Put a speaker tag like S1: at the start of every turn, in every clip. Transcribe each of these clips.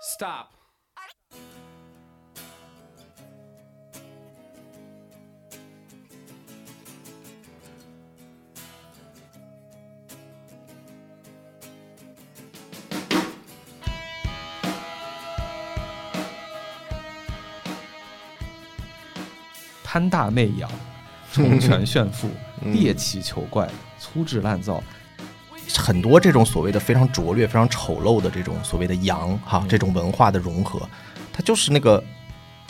S1: Stop.
S2: 贪大媚养，宠权炫富，
S3: 嗯
S2: 猎奇求怪，粗制滥造，
S3: 很多这种所谓的非常拙劣、非常丑陋的这种所谓的洋哈这种文化的融合，它就是那个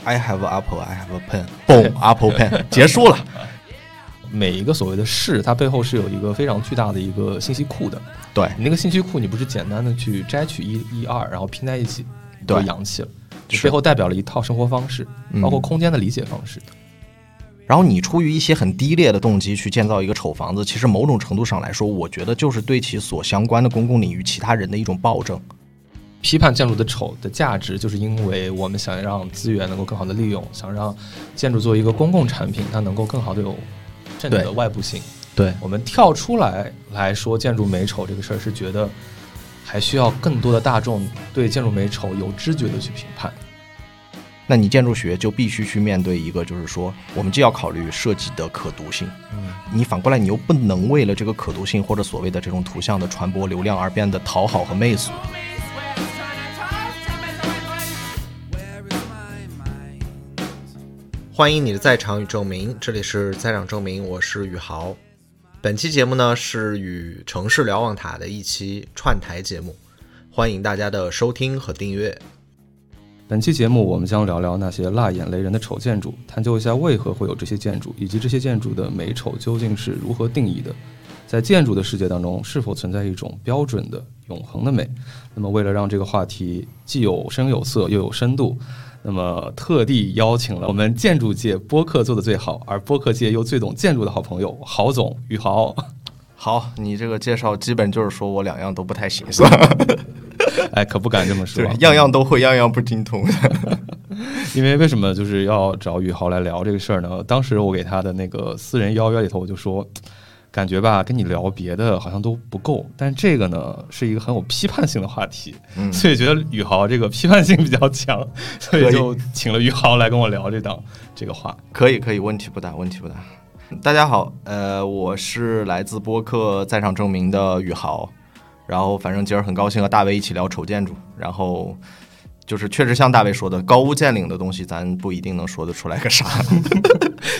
S3: I have a apple, I have a pen, boom, apple pen，结束了。
S2: 每一个所谓的市，它背后是有一个非常巨大的一个信息库的。
S3: 对，
S2: 你那个信息库，你不是简单的去摘取一、一、二，然后拼在一起，你就
S3: 对
S2: 洋气了。
S3: 是
S2: 背后代表了一套生活方式，
S3: 嗯
S2: 包括空间的理解方式。
S3: 然后你出于一些很低劣的动机去建造一个丑房子，其实某种程度上来说，我觉得就是对其所相关的公共领域其他人的一种暴政。
S2: 批判建筑的丑的价值，就是因为我们想让资源能够更好的利用，想让建筑作为一个公共产品，它能够更好的有正
S3: 对
S2: 的外部性。
S3: 对，
S2: 我们跳出来来说建筑美丑这个事儿，是觉得还需要更多的大众对建筑美丑有知觉的去评判。
S3: 那你建筑学就必须去面对一个，就是说，我们既要考虑设计的可读性，
S2: 嗯，
S3: 你反过来你又不能为了这个可读性或者所谓的这种图像的传播流量而变得讨好和媚俗。
S4: 欢迎你的在场与证明，这里是在场证明，我是宇豪。本期节目呢是与城市瞭望塔的一期串台节目，欢迎大家的收听和订阅。
S2: 本期节目我们将聊聊那些辣眼雷人的丑建筑，探究一下为何会有这些建筑，以及这些建筑的美丑究竟是如何定义的。在建筑的世界当中，是否存在一种标准的永恒的美？那么，为了让这个话题既有声有色又有深度，那么特地邀请了我们建筑界播客做的最好，而播客界又最懂建筑的好朋友郝总于豪。
S3: 好，你这个介绍基本就是说我两样都不太 行，是 吧？
S2: 哎，可不敢这么说
S3: 对
S2: 啊，，
S3: 样样都会，样样不精通。
S2: 因为为什么就是要找宇豪来聊这个事儿呢？当时我给他的那个私人邀约里头，我就说，感觉吧，跟你聊别的好像都不够，但这个呢是一个很有批判性的话题，所以觉得宇豪这个批判性比较强，所
S3: 可
S2: 嗯以
S3: 以
S2: 就请了宇豪来跟我聊这档这个 话。
S3: 可以，可以，问题不大，问题不大。大家好，呃，我是来自播客在场证明的宇豪，然后反正今儿很高兴和大卫一起聊丑建筑，然后就是确实像大卫说的，高屋建瓴的东西咱不一定能说得出来个啥，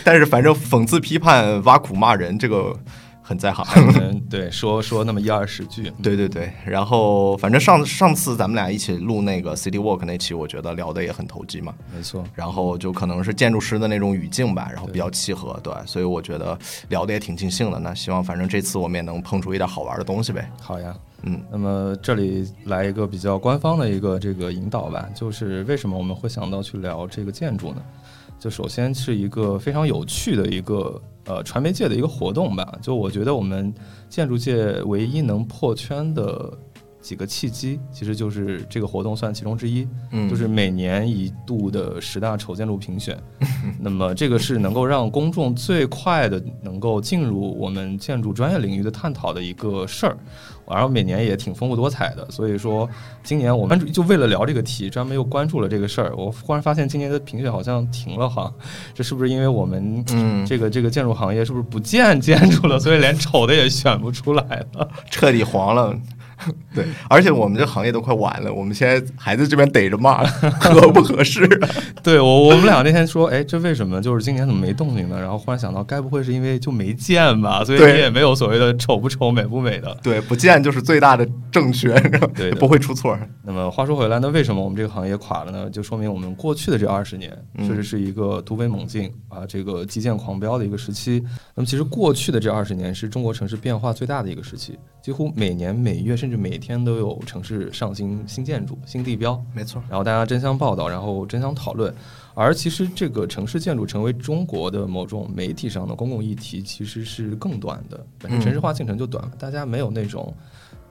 S3: 但是反正讽刺、批判、挖苦、骂人这个很在行。
S2: 嗯，对，说说那么一二十句，
S3: 对对对，然后反正上上次咱们俩一起录那个 City Walk 那期，我觉得聊的也很投机嘛，
S2: 没错。
S3: 然后就可能是建筑师的那种语境吧，然后比较契合，对，所以我觉得聊的也挺尽兴的。那希望反正这次我们也能碰出一点好玩的东西呗。
S2: 好呀，
S3: 嗯，
S2: 那么这里来一个比较官方的一个这个引导吧，就是为什么我们会想到去聊这个建筑呢？就首先是一个非常有趣的一个呃传媒界的一个活动吧，就我觉得我们建筑界唯一能破圈的几个契机，其实就是这个活动算其中之一，
S3: 嗯
S2: 就是每年一度的十大丑建筑评选。那么这个是能够让公众最快的能够进入我们建筑专业领域的探讨的一个事儿，然后每年也挺丰富多彩的。所以说，今年我们就为了聊这个题，专门又关注了这个事儿。我忽然发现今年的评选好像停了哈，这是不是因为我们
S3: 嗯，
S2: 这个这个建筑行业是不是不建建筑了，所以连丑的也选不出来了？
S3: 彻底黄了。对， 而且我们这行业都快完了，我们现在还在这边逮着骂， 合不合适？
S2: 对我，我们俩那天说，哎，这为什么就是今年怎么没动静呢？然后忽然想到，该不会是因为就没建吧？所以
S3: 对
S2: 你也没有所谓的丑不丑、美不美的。
S3: 对，不见就是最大的 正确，
S2: 对的
S3: 不会出错。
S2: 那么话说回来，那为什么我们这个行业垮了呢？就说明我们过去的这二十年确实是一个突飞猛进啊，这个基建狂飙的一个时期。那么其实过去的这二十年是中国城市变化最大的一个时期，几乎每年、每月甚至每天都有城市上新新建筑、新地标。
S3: 没错，
S2: 然后大家争相报道，然后争相讨论。而其实这个城市建筑成为中国的某种媒体
S3: 嗯
S2: 上的公共议题，其实是更短的。本身城市化进程就短了，大家没有那种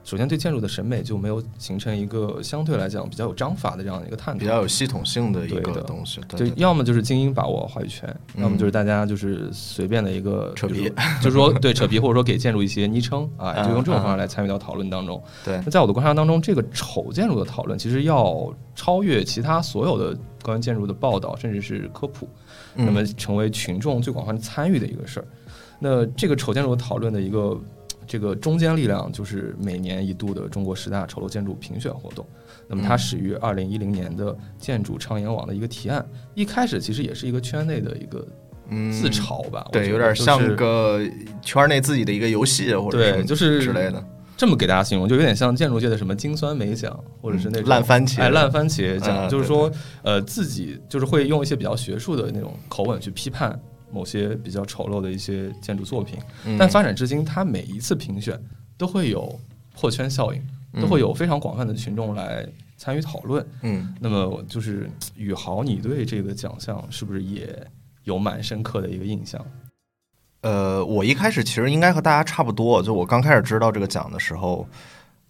S2: 首先对建筑的审美就没有形成一个相对来讲比较有章法的这样一个探讨，
S3: 比较有系统性的一
S2: 对的
S3: 个东西，对
S2: 就
S3: 对对
S2: 要么就是精英把握话语权，
S3: 嗯
S2: 要么就是大家就是随便的一个
S3: 扯
S2: 比如
S3: 皮
S2: 说，就是说对扯皮，或者说给建筑一些昵称啊，
S3: 嗯
S2: 就用这种方式来参与到讨论当中。
S3: 对
S2: 那在我的观察当中，这个丑建筑的讨论其实要超越其他所有的关于建筑的报道，甚至是科普，
S3: 嗯
S2: 那么成为群众最广泛参与的一个事儿。那这个丑建筑讨论的一个这个中坚力量，就是每年一度的中国十大丑陋建筑评选活动。那么它
S3: 嗯
S2: 始于二零一零年的建筑倡研网的一个提案，一开始其实也是一个圈内的一个
S3: 嗯
S2: 自嘲吧，我觉
S3: 对，
S2: 得
S3: 有点
S2: 就
S3: 像
S2: 是
S3: 个圈内自己的一个游戏或者什
S2: 对，
S3: 么
S2: 就是
S3: 之类的，
S2: 这么给大家形容，就有点像建筑界的什么金酸梅奖，或者是那
S3: 嗯
S2: 种
S3: 烂番茄，
S2: 哎烂番茄奖，
S3: 嗯
S2: 就是说呃自己就是会用一些比较学术的那种口吻去批判某些比较丑陋的一些建筑作品。
S3: 嗯，
S2: 但发展至今，它每一次评选都会有破圈效应，都会有非常广泛的群众来参与讨论。
S3: 嗯
S2: 那么就是宇豪，你对这个奖项是不是也有蛮深刻的一个印象？
S3: 呃，我一开始其实应该和大家差不多，就我刚开始知道这个奖的时候，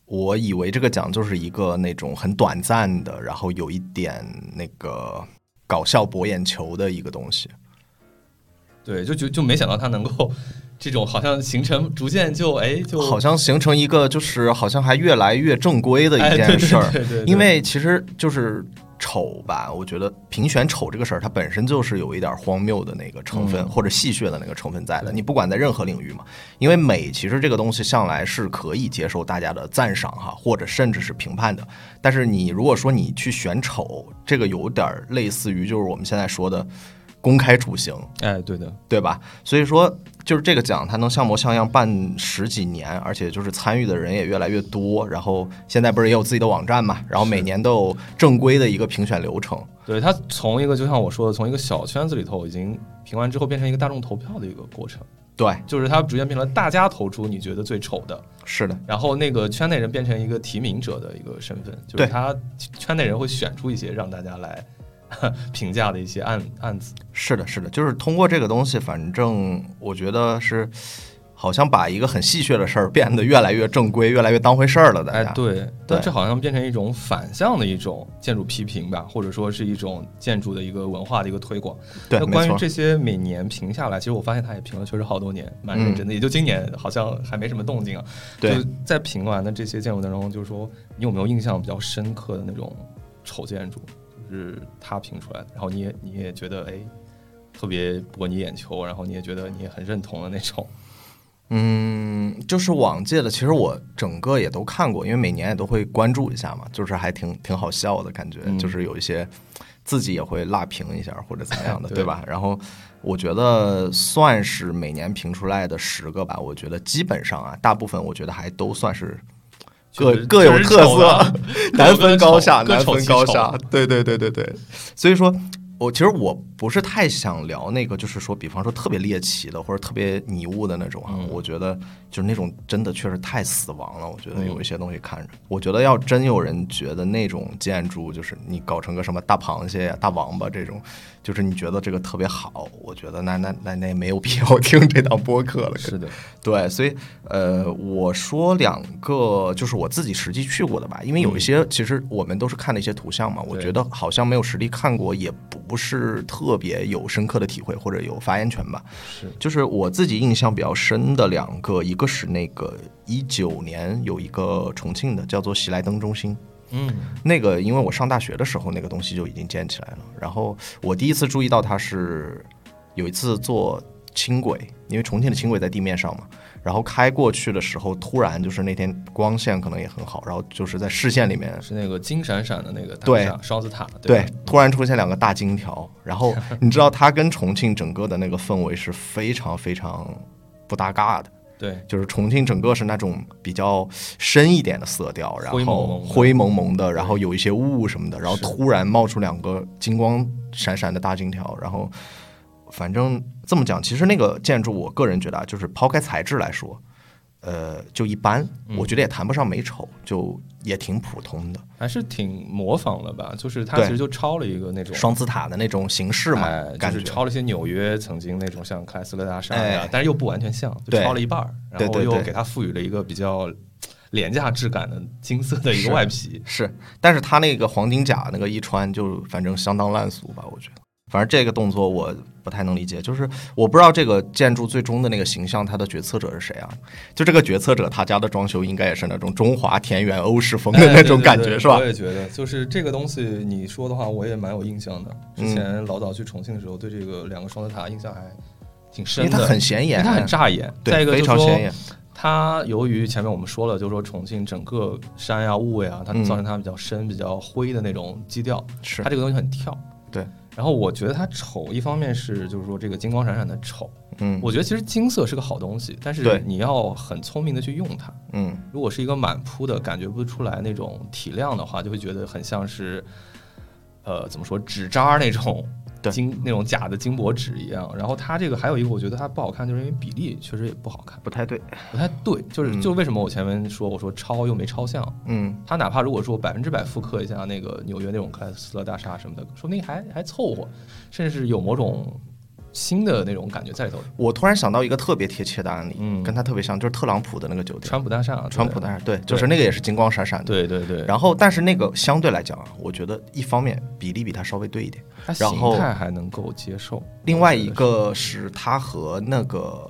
S3: 我以为这个奖就是一个那种很短暂的，然后有一点那个搞笑博眼球的一个东西。
S2: 对，就就就没想到它能够这种好像形成逐渐就哎就
S3: 好像形成一个就是好像还越来越正规的一
S2: 哎对
S3: 件事儿，
S2: 对对对对
S3: 因为其实就是丑吧，我觉得评选丑这个事儿，它本身就是有一点荒谬的那个成
S2: 嗯
S3: 分、或者戏谑的那个成分在的。你不管在任何领域嘛，因为美其实这个东西向来是可以接受大家的赞赏哈，或者甚至是评判的。但是你如果说你去选丑，这个有点儿类似于就是我们现在说的公开处刑，
S2: 哎对的，
S3: 对吧？所以说，就是这个奖，它能像模像样办十几年，而且就是参与的人也越来越多。然后现在不是也有自己的网站嘛？然后每年都有正规的一个评选流程。
S2: 对它从一个就像我说的，从一个小圈子里头已经评完之后变成一个大众投票的一个过程，
S3: 对，
S2: 就是它逐渐变成大家投出你觉得最丑的。
S3: 是的，
S2: 然后那个圈内人变成一个提名者的一个身份，就
S3: 对
S2: 是他圈内人会选出一些让大家来 评价的一些案案子。
S3: 是的，是的，就是通过这个东西，反正我觉得是，好像把一个很戏谑的事儿变得越来越正规，越来越当回事儿了。大
S2: 哎
S3: 家，，
S2: 对，但这好像变成一种反向的一种建筑批评吧，或者说是一种建筑的一个文化的一个推广。
S3: 对，
S2: 那
S3: 没
S2: 关于
S3: 错。
S2: 这些每年评下来，其实我发现他也评了确实好多年，
S3: 嗯
S2: 蛮认真的，也就今年好像还没什么动静啊。
S3: 对
S2: 就在评完的这些建筑当中，就是说你有没有印象比较深刻的那种丑建筑，就是他评出来的，然后你也你也觉得哎特别博你眼球，然后你也觉得你也很认同的那种。
S3: 嗯，就是往届的，其实我整个也都看过，因为每年也都会关注一下嘛，就是还挺挺好笑的感觉，
S2: 嗯
S3: 就是有一些自己也会辣评一下或者怎么样的，
S2: 对
S3: 对吧？然后我觉得算是每年评出来的十个吧，我觉得基本上啊，大部分我觉得还都算是 各
S2: 就是
S3: 各有特色， 难分高下，
S2: 各
S3: 难
S2: 丑
S3: 分
S2: 其
S3: 高
S2: 丑
S3: 下。对对对对对，所以说。我其实我不是太想聊那个，就是说，比方说特别猎奇的或者特别迷雾的那种啊，
S2: 嗯
S3: 我觉得就是那种真的确实太死亡了。我觉得
S2: 嗯
S3: 有一些东西看着，我觉得要真有人觉得那种建筑，就是你搞成个什么大螃蟹呀、大王八这种，就是你觉得这个特别好，我觉得那那那那也没有必要 听这档播客了。
S2: 是的，
S3: 对，所以呃，我说两个就是我自己实际去过的吧，因为有一些其实我们都是看了一些图像嘛，
S2: 嗯
S3: 我
S2: 对
S3: 觉得好像没有实地看过，也不是特别有深刻的体会或者有发言权吧。
S2: 是
S3: 就是我自己印象比较深的两个，一个是那个一九年有一个重庆的叫做喜来登中心，
S2: 嗯，
S3: 那个因为我上大学的时候那个东西就已经建起来了，然后我第一次注意到它是有一次坐轻轨，因为重庆的轻轨在地面上嘛，然后开过去的时候，突然就是那天光线可能也很好，然后就是在视线 里面
S2: 是那个金闪闪的那个大
S3: 对
S2: 厦双子塔，
S3: 对
S2: 吧，
S3: 突然出现两个大金条，然后你知道它跟重庆整个的那个氛围是非常非常不搭嘎的。
S2: 对，
S3: 就是重庆整个是那种比较深一点的色调，然
S2: 灰蒙
S3: 后
S2: 蒙的
S3: 灰蒙蒙的，然后有一些雾什么的，然后突然冒出两个金光闪闪的大金条，然后反正这么讲，其实那个建筑，我个人觉得啊，就是抛开材质来说，呃，就一般，
S2: 嗯
S3: 我觉得也谈不上美丑，就也挺普通的，
S2: 还是挺模仿了吧？就是它
S3: 对
S2: 其实就抄了一个那种
S3: 双子塔的那种形式嘛
S2: 哎，
S3: 感
S2: 就
S3: 觉
S2: 是抄了一些纽约曾经那种像克莱斯勒大厦呀，
S3: 哎
S2: 但是又不完全像，就
S3: 对
S2: 抄了一半儿，然
S3: 对
S2: 后
S3: 对
S2: 又
S3: 对
S2: 给它赋予了一个比较廉价质感的金色的一个外皮。
S3: 是，但是他那个黄金甲那个一穿就反正相当烂俗吧，我觉得。反正这个动作我不太能理解，就是我不知道这个建筑最终的那个形象，它的决策者是谁啊？就这个决策者，他家的装修应该也是那种中华田园欧式风的
S2: 哎
S3: 那种感觉，
S2: 对对对
S3: 是吧
S2: 我？也觉得，就是这个东西，你说的话我也蛮有印象的。
S3: 嗯
S2: 之前老早去重庆的时候，对这个两个双子塔印象还挺
S3: 因
S2: 深
S3: 为它
S2: 的，
S3: 很显
S2: 因为
S3: 眼，
S2: 它很扎眼。再一
S3: 对，
S2: 个
S3: 非
S2: 就是
S3: 常
S2: 说
S3: 显，眼。
S2: 它由于前面我们说了，就是说重庆整个山呀、雾呀，它
S3: 嗯
S2: 造成它比较深、比较灰的那种基调，
S3: 是
S2: 它，这个东西很跳。
S3: 对。
S2: 然后我觉得它丑，一方面是就是说这个金光闪闪的丑，
S3: 嗯
S2: 我觉得其实金色是个好东西，但是
S3: 对
S2: 你要很聪明的去用它。
S3: 嗯，
S2: 如果是一个满铺的，感觉不出来那种体量的话，就会觉得很像是，呃，怎么说纸扎儿那种
S3: 对
S2: 金那种假的金箔纸一样。然后它这个还有一个，我觉得它不好看，就是因为比例确实也不好看，
S3: 不太对。
S2: 不太对。就是
S3: 嗯
S2: 就为什么我前面说我说抄又没抄像，
S3: 嗯，
S2: 它哪怕如果说百分之百复刻一下那个纽约那种克莱斯勒大厦什么的，说不定还还凑合，甚至是有某种新的那种感觉在里头。
S3: 我突然想到一个特别贴切的案例，
S2: 嗯
S3: 跟它特别像，就是特朗普的那个酒店，
S2: 川普大厦，对
S3: 川普那儿，对，就是那个也是金光闪闪的。
S2: 对对对，
S3: 然后，但是那个相对来讲啊，我觉得一方面比例比它稍微对一点，
S2: 它
S3: 然后
S2: 形态还能够接受。
S3: 另外一个是它和那个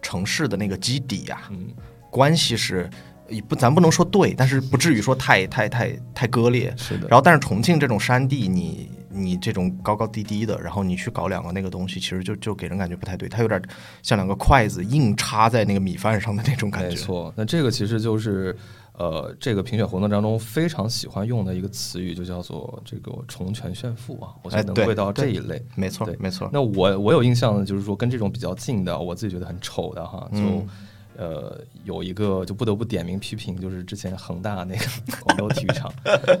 S3: 城市的那个基底啊
S2: 嗯，
S3: 关系是，也不咱不能说对，但是不至于说太太太太割裂。
S2: 是的，
S3: 然后，但是重庆这种山地，你你这种高高低低的，然后你去搞两个那个东西，其实就就给人感觉不太对，它有点像两个筷子硬插在那个米饭上的那种感
S2: 没
S3: 觉。
S2: 错，那这个其实就是呃，这个评选活动当中非常喜欢用的一个词语，就叫做这个重拳炫富啊，我觉
S3: 哎
S2: 得能
S3: 对
S2: 会到这
S3: 对
S2: 一类。
S3: 没错
S2: 对，
S3: 没错。
S2: 那我我有印象的就是说，跟这种比较近的，我自己觉得很丑的哈，就、
S3: 嗯
S2: 呃有一个就不得不点名批评，就是之前恒大 那个广州体育场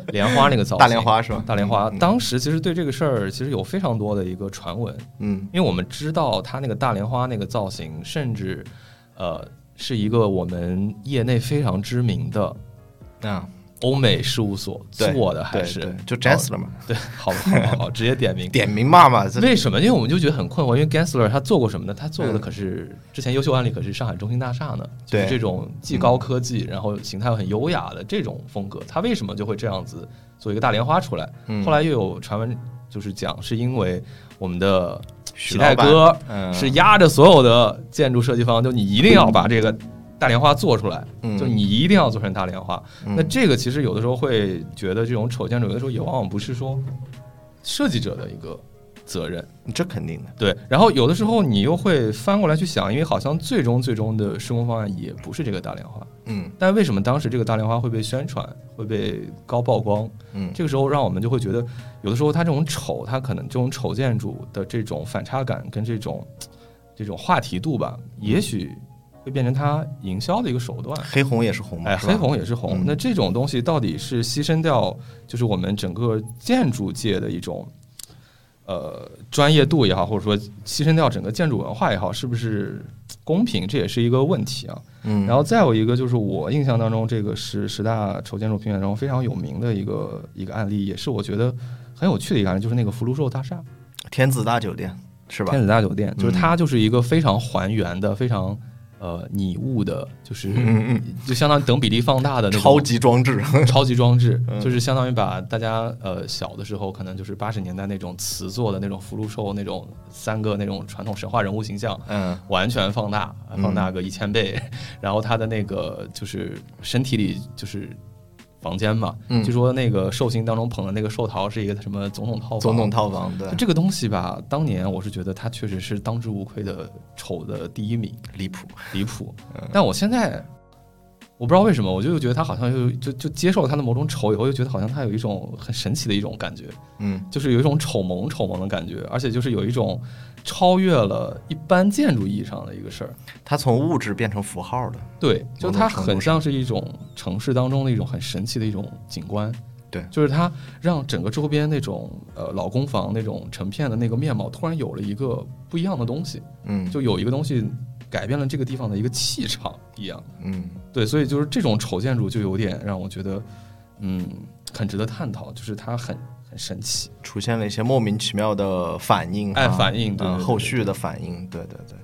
S2: 莲花那个造型，
S3: 大莲花是吧？嗯
S2: 大莲花，当时其实对这个事儿其实有非常多的一个传闻，
S3: 嗯，
S2: 因为我们知道它那个大莲花那个造型，甚至呃是一个我们业内非常知名的
S3: 啊，
S2: 欧美事务所
S3: 对
S2: 做的，还
S3: 对
S2: 是哦
S3: 对就 Jensler 嘛，
S2: 对，好吧好好好，直接点名。
S3: 点名骂嘛，这
S2: 为什么？因为我们就觉得很困惑，因为 Gensler 他做过什么呢？他做过的
S3: 嗯
S2: 可是之前优秀案例，可是上海中心大厦呢，就是
S3: 对嗯
S2: 这种既高科技，然后形态又很优雅的这种风格，他为什么就会这样子做一个大莲花出来？
S3: 嗯
S2: 后来又有传闻就是讲，是因为我们的
S3: 徐
S2: 皮带
S3: 老板
S2: 哥
S3: 嗯
S2: 是压着所有的建筑设计方，就你一定要把这个大莲花做出来，
S3: 嗯
S2: 就你一定要做成大莲花。
S3: 嗯
S2: 那这个其实有的时候会觉得这种丑建筑，有的时候也往往不是说设计者的一个责任，
S3: 这肯定的，
S2: 对。然后有的时候你又会翻过来去想，因为好像最终最终的施工方案也不是这个大莲花，
S3: 嗯
S2: 但为什么当时这个大莲花会被宣传，会被高曝光？
S3: 嗯，
S2: 这个时候让我们就会觉得，有的时候它这种丑，它可能这种丑建筑的这种反差感跟这种这种话题度吧，也许会变成它营销的一个手段。
S3: 黑红也是红嘛，
S2: 哎，
S3: 是吧
S2: 黑红也是红。
S3: 嗯
S2: 那这种东西到底是牺牲掉，就是我们整个建筑界的一种，呃，专业度也好，或者说牺牲掉整个建筑文化也好，是不是公平？这也是一个问题啊。
S3: 嗯，
S2: 然后再有一个就是我印象当中，这个十十大筹建筑评选中非常有名的一个一个案例，也是我觉得很有趣的一个案例，就是那个福禄寿大厦
S3: 天子大酒店是吧
S2: 天？子大酒店，就是
S3: 嗯
S2: 它就是一个非常还原的、非常呃拟物的，就是
S3: 嗯嗯
S2: 就相当于等比例放大的那
S3: 嗯，
S2: 种
S3: 超级装置，
S2: 超级装置，
S3: 嗯
S2: 就是相当于把大家呃小的时候可能就是八十年代那种词作的那种福禄寿那种三个那种传统神话人物形象，
S3: 嗯
S2: 完全放大，放大个一千倍， 然后他的那个就是身体里就是房间嘛，
S3: 嗯
S2: 据说那个寿星当中捧的那个寿桃是一个什么总统套房，
S3: 总统套房对
S2: 就，这个东西吧，当年我是觉得它确实是当之无愧的丑的第一名，
S3: 离谱，
S2: 离谱。但我现在我不知道为什么，我就觉得他好像又就就接受了他的某种丑以后，又觉得好像他有一种很神奇的一种感觉，
S3: 嗯
S2: 就是有一种丑萌丑萌的感觉，而且就是有一种超越了一般建筑意义上的一个事儿。
S3: 它从物质变成符号了，
S2: 对，就它
S3: 某种程度
S2: 很像是一种城市当中的一种很神奇的一种景观。
S3: 对
S2: 就是它让整个周边那种呃老公房那种成片的那个面貌，突然有了一个不一样的东西，
S3: 嗯
S2: 就有一个东西改变了这个地方的一个气场一样。
S3: 嗯
S2: 对，所以就是这种丑建筑就有点让我觉得，嗯，很值得探讨，就是它很很神奇。
S3: 出现了一些莫名其妙的反应，
S2: 哎
S3: 啊
S2: 反应对对
S3: 嗯
S2: 对
S3: 后续的反应，对对对。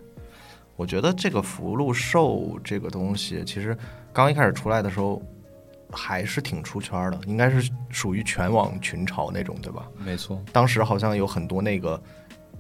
S3: 我觉得这个福禄寿这个东西，其实刚一开始出来的时候还是挺出圈儿的，应该是属于全网群嘲那种，对吧？
S2: 没错，
S3: 当时好像有很多那个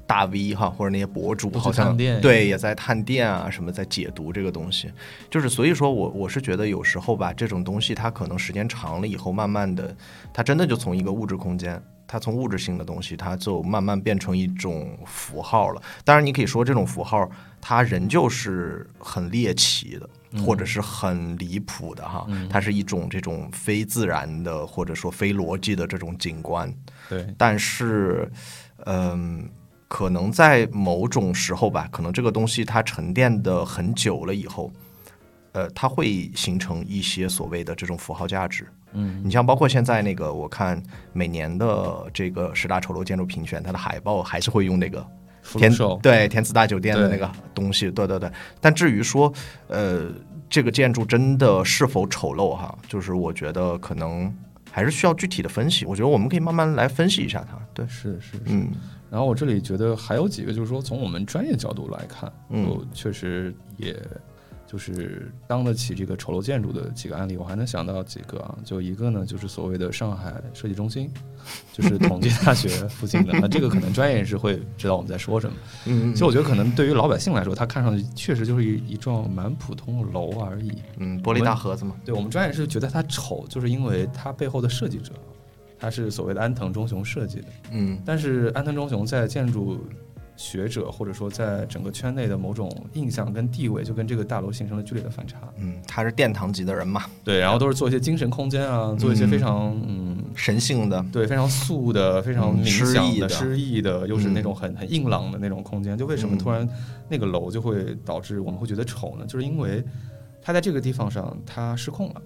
S3: 大 V 哈，或者那些博主，
S2: 都去
S3: 好像
S2: 探店
S3: 对也在探店啊，什么在解读这个东西。就是所以说我我是觉得有时候吧，这种东西它可能时间长了以后，慢慢的，它真的就从一个物质空间。它从物质性的东西，它就慢慢变成一种符号了。当然，你可以说这种符号，它仍旧是
S2: 嗯
S3: 很猎奇的，或者是很离谱的哈。
S2: 嗯
S3: 它是一种这种非自然的，或者说非逻辑的这种景观。
S2: 对，
S3: 但是，嗯，可能在某种时候吧，可能这个东西它沉淀的很久了以后，呃，它会形成一些所谓的这种符号价值。嗯，你像包括现在那个，我看每年的这个十大丑陋建筑评选，它的海报还是会用那个
S2: 福禄
S3: 天
S2: 寿，
S3: 对天子大酒店的那
S2: 对
S3: 个东西，对对对。但至于说，呃，这个建筑真的是否丑陋哈，就是我觉得可能还是需要具体的分析。我觉得我们可以慢慢来分析一下它。对，
S2: 是是是。
S3: 嗯
S2: 然后我这里觉得还有几个，就是说从我们专业角度来看，
S3: 嗯
S2: 就确实也就是当得起这个丑陋建筑的几个案例，我还能想到几个啊，就一个呢就是所谓的上海设计中 心，就是统计大学附近的，那这个可能专业人士会知道我们在说什么。
S3: 嗯
S2: 其实我觉得可能对于老百姓来说，它看上去确实就是一一幢蛮普通的楼而已。
S3: 嗯，玻璃大盒子嘛，
S2: 对我们专业人士觉得它丑，就是因为它背后的设计者，他是所谓的安藤忠雄设计的。
S3: 嗯
S2: 但是安藤忠雄在建筑学者或者说在整个圈内的某种印象跟地位，就跟这个大楼形成了剧烈的反差。
S3: 嗯，他是殿堂级的人嘛，
S2: 对，然后都是做一些精神空间啊，做一些非常嗯。
S3: 神性的，
S2: 对，非常素的、非常
S3: 嗯
S2: 冥想的、嗯
S3: 诗
S2: 诗意的，又是那种很很硬朗的那种空间。就为什么
S3: 嗯
S2: 突然那个楼就会导致我们会觉得丑呢？就是因为它在这个地方上它失控了，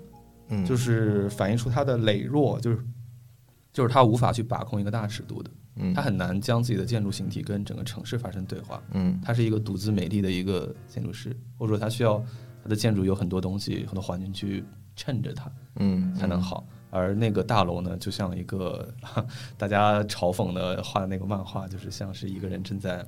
S3: 嗯，
S2: 就是反映出它的羸弱，就是就是它无法去把控一个大尺度的。
S3: 嗯
S2: 它很难将自己的建筑形体跟整个城市发生对话。
S3: 嗯
S2: 它是一个独自美丽的一个建筑师，或者说它需要它的建筑有很多东西、很多环境去衬着它
S3: 嗯
S2: 才能好。而那个大楼呢，就像一个 大家嘲讽的画的那个漫画，就是像是一个人正 在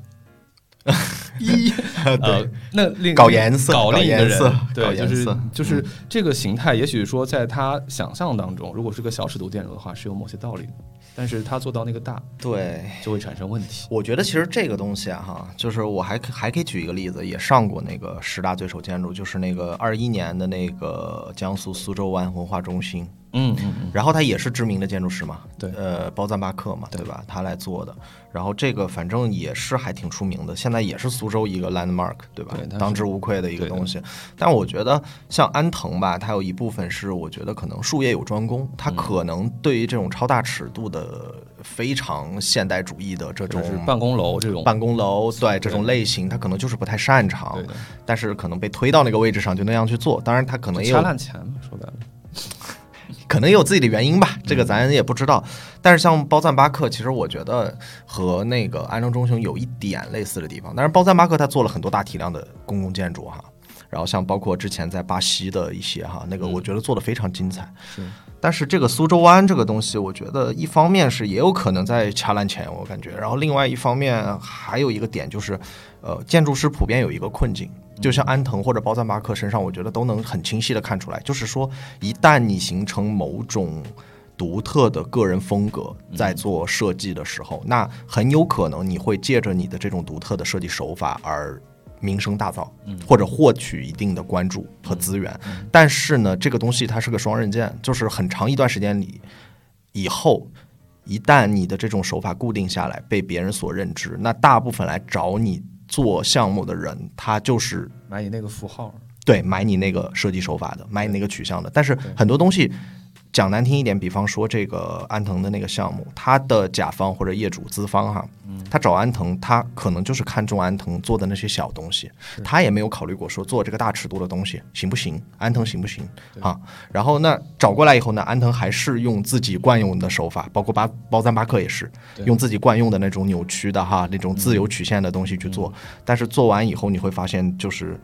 S2: 一 呃，那另
S3: 搞颜色
S2: 搞
S3: 搞
S2: 另一个
S3: 颜
S2: 人
S3: 色，搞
S2: 对，就
S3: 颜
S2: 是
S3: 色
S2: 就是这个形态，也许说在他想象当中，如果是个小尺度建筑的话，是有某些道理的，但是他做到那个大，
S3: 对。
S2: 就会产生问题。
S3: 我觉得其实这个东西啊，哈，就是我还可还可以举一个例子，也上过那个十大最丑建筑，就是那个二一年的那个江苏苏州湾文化中心，
S2: 嗯嗯嗯，
S3: 然后他也是知名的建筑师嘛，
S2: 对
S3: 呃，包赞巴克嘛，对吧？他来做的，然后这个反正也是还挺出名的，现在也是苏州一个 landmark，对吧？
S2: 对它是
S3: 当之无愧的一个
S2: 对的
S3: 东西。但我觉得像安藤吧，它有一部分是我觉得可能术业有专攻，它可能对于这种超大尺度的、非常现代主义的这种
S2: 就是办公楼这种，
S3: 办公楼，对这种类型，它可能就是不太擅长
S2: 对，的，
S3: 但是可能被推到那个位置上就那样去做。当然，它可能也
S2: 掐
S3: 有
S2: 烂钱嘛，说白了，
S3: 可能也有自己的原因吧，这个咱也不知道。但是像包赞巴克，其实我觉得和那个安藤忠雄有一点类似的地方。但是包赞巴克他做了很多大体量的公共建筑哈，然后像包括之前在巴西的一些哈，那个我觉得做的非常精彩。
S2: 是
S3: 但是这个苏州湾这个东西，我觉得一方面是也有可能在掐烂钱，我感觉，然后另外一方面还有一个点就是，呃，建筑师普遍有一个困境，就像安藤或者包赞巴克身上，我觉得都能很清晰的看出来，就是说，一旦你形成某种独特的个人风格，在做设计的时候，那很有可能你会借着你的这种独特的设计手法而名声大噪，或者获取一定的关注和资源。但是呢，这个东西它是个双刃剑，就是很长一段时间里，以后一旦你的这种手法固定下来，被别人所认知，那大部分来找你做项目的人，他就是
S2: 买你那个符号，
S3: 对买你那个设计手法的，买你那个取向的。但是很多东西讲难听一点，比方说这个安藤的那个项目，他的甲方或者业主资方哈，他找安藤，他可能就是看中安藤做的那些小东西，他也没有考虑过说做这个大尺度的东西行不行，安藤行不行啊？然后那找过来以后呢，安藤还是用自己惯用的手法，包括巴包赞巴克也是用自己惯用的那种扭曲的哈，那种自由曲线的东西去做，但是做完以后你会发现就是。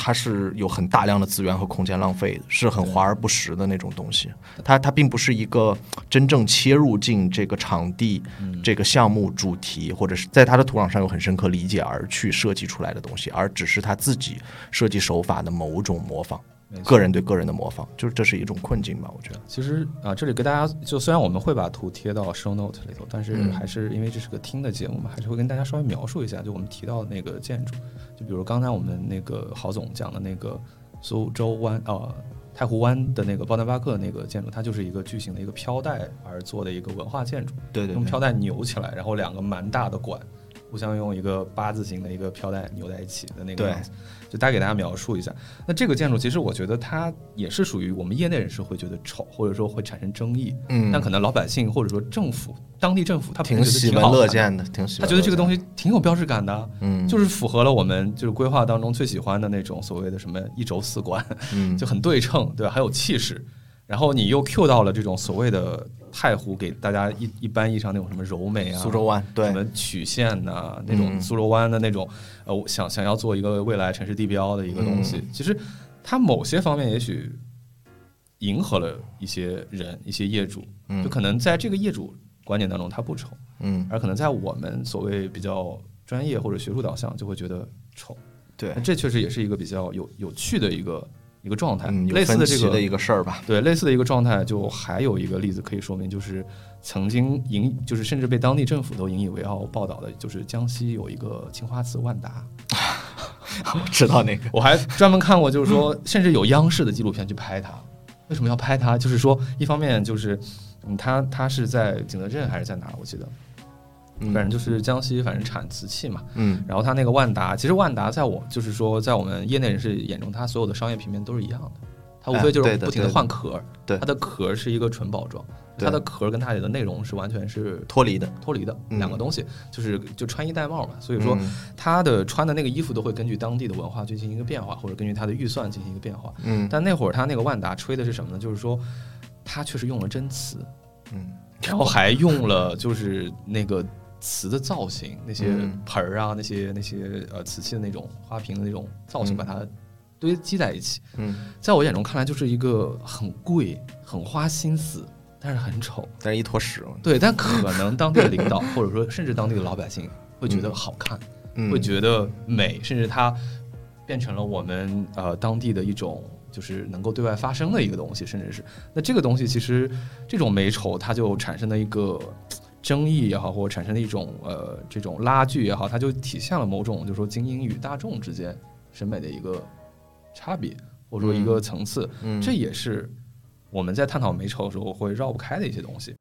S3: 它是有很大量的资源和空间浪费的，是很华而不实的那种东西。它它并不是一个真正切入进这个场地、这个项目主题，或者是在它的土壤上有很深刻理解而去设计出来的东西，而只是他自己设计手法的某种模仿，个人对个人的模仿，就是这是一种困境吧，我觉得。
S2: 其实啊，这里给大家就虽然我们会把图贴到 show note 里头，但是还是因为这是个听的节目嘛，还是会跟大家稍微描述一下，就我们提到的那个建筑，就比如刚才我们那个郝总讲的那个苏州湾呃太湖湾的那个鲍丹巴克那个建筑，它就是一个巨型的一个飘带而做的一个文化建筑，
S3: 对对
S2: 用
S3: 对，
S2: 飘带扭起来，然后两个蛮大的管互相用一个八字形的一个飘带扭在一起的那个
S3: 对
S2: 样子，就大概给大家描述一下。那这个建筑其实我觉得它也是属于我们业内人士会觉得丑，或者说会产生争议，
S3: 嗯，
S2: 但可能老百姓或者说政府、当地政府他
S3: 挺喜
S2: 喜
S3: 闻乐，见的，挺喜
S2: 他
S3: 闻乐见的。
S2: 觉得这个东西挺有标志感的啊，
S3: 嗯，
S2: 就是符合了我们就是规划当中最喜欢的那种所谓的什么一轴四管，
S3: 嗯，
S2: 就很对称，对吧？很有气势。然后你又 Q 到了这种所谓的太湖给大家一一般意义上那种什么柔美啊，
S3: 苏州湾，对
S2: 什，么曲线呐、那种
S3: 嗯
S2: 苏州湾的那种，呃，我想想要做一个未来城市地标的一个东西，
S3: 嗯
S2: 其实它某些方面也许迎合了一些人、一些业主，
S3: 嗯
S2: 就可能在这个业主观念当中它不丑，
S3: 嗯，
S2: 而可能在我们所谓比较专业或者学术导向就会觉得丑，哎
S3: 对
S2: 那，这确实也是一个比较有有趣的一个一个状态，
S3: 嗯，有
S2: 类似
S3: 分
S2: 的
S3: 歧
S2: 这
S3: 的一个事儿吧，
S2: 对类似的一个状态，就还有一个例子可以说明，就是曾经引，就是甚至被当地政府都引以为傲报道的，就是江西有一个青花瓷万达，
S3: 我知道那 个，
S2: 我还专门看过，就是 说，甚至有央视的纪录片去拍它。为什么要拍它？就是说，一方面就是，嗯，它它是在景德镇还是在哪？我记得，
S3: 嗯
S2: 反正就是江西，反正产瓷器嘛。
S3: 嗯
S2: 然后它那个万达，其实万达在我就是说，在我们业内人士眼中，它所有的商业平面都是一样的，它无
S3: 哎
S2: 非就
S3: 对
S2: 是
S3: 的
S2: 不停
S3: 对
S2: 的
S3: 的
S2: 换壳儿，
S3: 对
S2: 它的壳儿是一个纯包装，
S3: 对
S2: 它的壳儿跟它里的内容是完全是
S3: 脱离的，
S2: 脱离的
S3: 嗯
S2: 两个东西，就是就穿衣戴帽嘛，所以说
S3: 嗯
S2: 他的穿的那个衣服都会根据当地的文化进行一个变化，或者根据他的预算进行一个变化。
S3: 嗯
S2: 但那会儿他那个万达吹的是什么呢？就是说，他确实用了真瓷，
S3: 嗯
S2: 然后还用了就是那个瓷的造型，那些
S3: 嗯
S2: 盆儿啊，那些那些呃瓷器的那种花瓶的那种造型，
S3: 嗯
S2: 把它堆积在一起。
S3: 嗯，
S2: 在我眼中看来，就是一个很贵、很花心思，但是很丑。
S3: 但是一坨屎，
S2: 对，但可能当地的领导或者说甚至当地的老百姓会觉得好看。
S3: 嗯，
S2: 会觉得美，甚至它变成了我们呃当地的一种就是能够对外发声的一个东西，甚至是那这个东西其实这种美丑它就产生了一个争议也好，或者产生了一种呃这种拉锯也好，它就体现了某种就是说精英与大众之间审美的一个差别，或者说一个层次，
S3: 嗯，
S2: 这也是我们在探讨美丑的时候会绕不开的一些东西。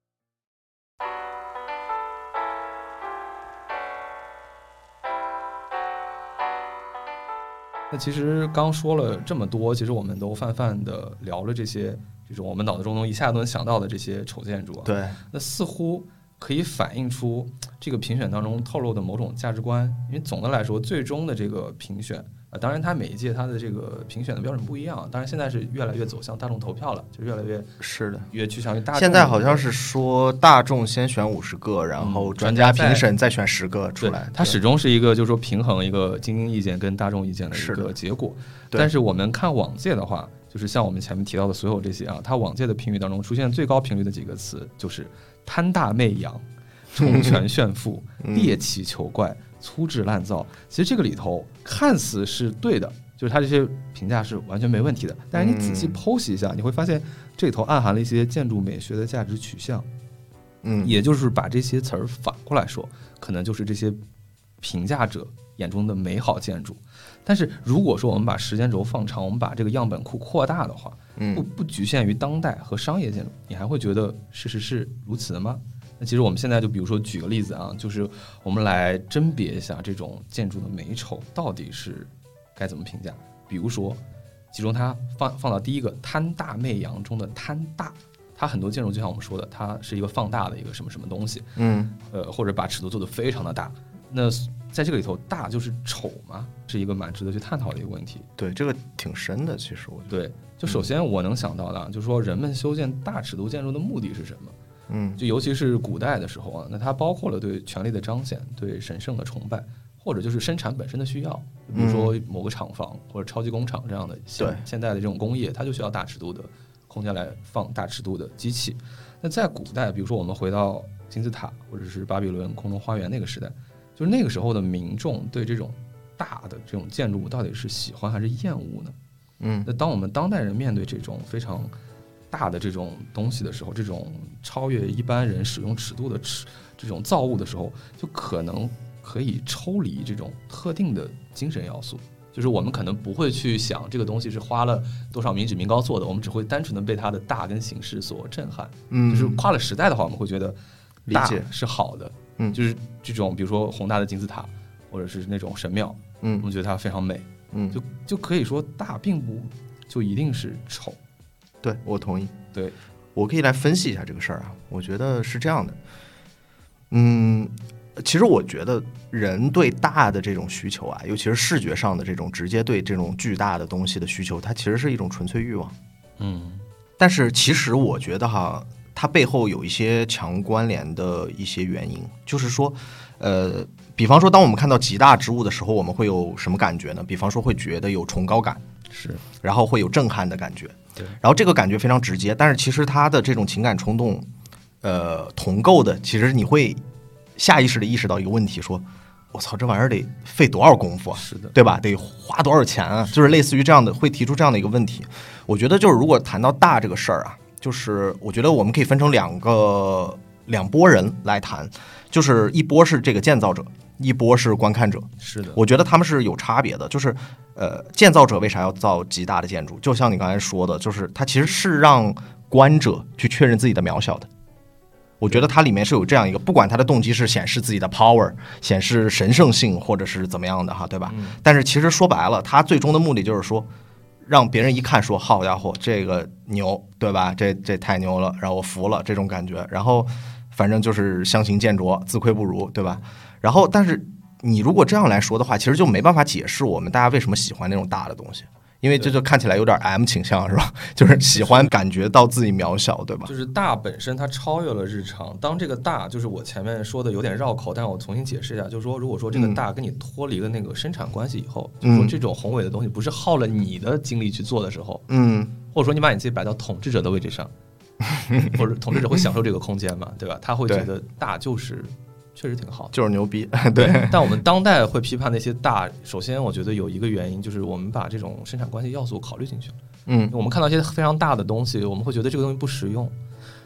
S2: 那其实刚说了这么多，其实我们都泛泛的聊了这些，这种我们脑子中能一下都能想到的这些丑建筑啊。
S3: 对，
S2: 那似乎可以反映出这个评选当中透露的某种价值观。因为总的来说，最终的这个评选，呃，当然它每一届它的这个评选的标准不一样，当然现在是越来越走向大众投票了，就越来越
S3: 是的。
S2: 越趋向于大众。
S3: 现在好像是说大众先选五十个，然后
S2: 嗯
S3: 专
S2: 专
S3: 家
S2: 家
S3: 评
S2: 再
S3: 审再选十个出
S2: 对
S3: 来。
S2: 它
S3: 对
S2: 始终是一个就是说平衡一个精英意见跟大众意见的一
S3: 是的
S2: 个结果。
S3: 对
S2: 但是我们看往届的话，就是像我们前面提到的所有这些啊，它往届的评语当中出现最高频率的几个词就是贪大媚洋、宠权炫富、
S3: 嗯
S2: 猎奇求怪、粗制滥造。其实这个里头看似是对的。就是它这些评价是完全没问题的，但是你仔细
S3: 嗯
S2: 剖析一下，你会发现这里头暗含了一些建筑美学的价值取向。
S3: 嗯
S2: 也就是把这些词儿反过来说，可能就是这些评价者眼中的美好建筑。但是如果说我们把时间轴放长，我们把这个样本库扩大的话，不
S3: 嗯
S2: 不局限于当代和商业建筑，你还会觉得事实是如此的吗？那其实我们现在就比如说举个例子啊，就是我们来甄别一下这种建筑的美丑到底是该怎么评价。比如说，其中它放放到第一个贪大媚洋中的贪大，它很多建筑就像我们说的，它是一个放大的一个什么什么东西，
S3: 嗯
S2: 呃，或者把尺度做得非常的大。那在这个里头，大就是丑嘛，是一个蛮值得去探讨的一个问题。
S3: 对，这个挺深的，其实我觉得。
S2: 对，就首先我能想到的啊，就是说人们修建大尺度建筑的目的是什么？
S3: 嗯
S2: 就尤其是古代的时候啊，那它包括了对权力的彰显、对神圣的崇拜，或者就是生产本身的需要，比如说某个厂房或者超级工厂这样的现
S3: 嗯对
S2: 现代的这种工业，它就需要大尺度的空间来放大尺度的机器。那在古代，比如说我们回到金字塔或者是巴比伦空中花园那个时代，就是那个时候的民众对这种大的这种建筑物到底是喜欢还是厌恶呢？
S3: 嗯
S2: 那当我们当代人面对这种非常大的这种东西的时候，这种超越一般人使用尺度的尺这种造物的时候，就可能可以抽离这种特定的精神要素。就是我们可能不会去想这个东西是花了多少米脂民膏做的，我们只会单纯的被它的大跟形式所震撼。
S3: 嗯，
S2: 就是跨了时代的话，我们会觉得
S3: 理
S2: 大
S3: 解
S2: 是好的，
S3: 嗯
S2: 就是这种比如说宏大的金字塔，或者是那种神庙，我
S3: 嗯
S2: 们觉得它非常美，
S3: 嗯，
S2: 就就可以说大并不就一定是丑，
S3: 对我同意。
S2: 对，
S3: 我可以来分析一下这个事儿啊。我觉得是这样的，嗯，其实我觉得人对大的这种需求啊，尤其是视觉上的这种直接对这种巨大的东西的需求，它其实是一种纯粹欲望。
S2: 嗯
S3: 但是其实我觉得哈，它背后有一些强关联的一些原因，就是说，呃，比方说，当我们看到极大之物的时候，我们会有什么感觉呢？比方说，会觉得有崇高感，
S2: 是
S3: 然后会有震撼的感觉。
S2: 对
S3: 然后这个感觉非常直接，但是其实他的这种情感冲动，呃，同构的，其实你会下意识的意识到一个问题，说，我操，这玩意儿得费多少功夫啊？
S2: 是的，
S3: 对吧？得花多少钱啊？就是类似于这样的，会提出这样的一个问题。我觉得就是如果谈到大这个事儿啊，就是我觉得我们可以分成两个两拨人来谈，就是一波是这个建造者，一波是观看者。
S2: 是的，
S3: 我觉得他们是有差别的，就是呃，建造者为啥要造极大的建筑？就像你刚才说的，就是它其实是让观者去确认自己的渺小的。我觉得它里面是有这样一个，不管它的动机是显示自己的 power，显示神圣性，或者是怎么样的哈，对吧？但是其实说白了，它最终的目的就是说，让别人一看说，好家伙，这个牛，对吧？这这太牛了，然后我服了这种感觉。然后反正就是相形见绌，自愧不如，对吧？然后但是你如果这样来说的话，其实就没办法解释我们大家为什么喜欢那种大的东西，因为这就看起来有点 M 倾向是吧？ 就是喜欢感觉到自己渺小，对吧？
S2: 就是大本身它超越了日常。当这个大，就是我前面说的有点绕口，但我重新解释一下，就是说，如果说这个
S3: 嗯
S2: 大跟你脱离了那个生产关系以后，就是说
S3: 嗯
S2: 这种宏伟的东西不是耗了你的精力去做的时候，
S3: 嗯
S2: 或者说你把你自己摆到统治者的位置 上，或者统治者会享受这个空间嘛，对吧？他会觉
S3: 对
S2: 得大就是确实挺好的。
S3: 就是牛逼， 对，
S2: 但我们当代会批判那些大，首先我觉得有一个原因就是我们把这种生产关系要素考虑进去了。
S3: 嗯
S2: 我们看到一些非常大的东西，我们会觉得这个东西不实用，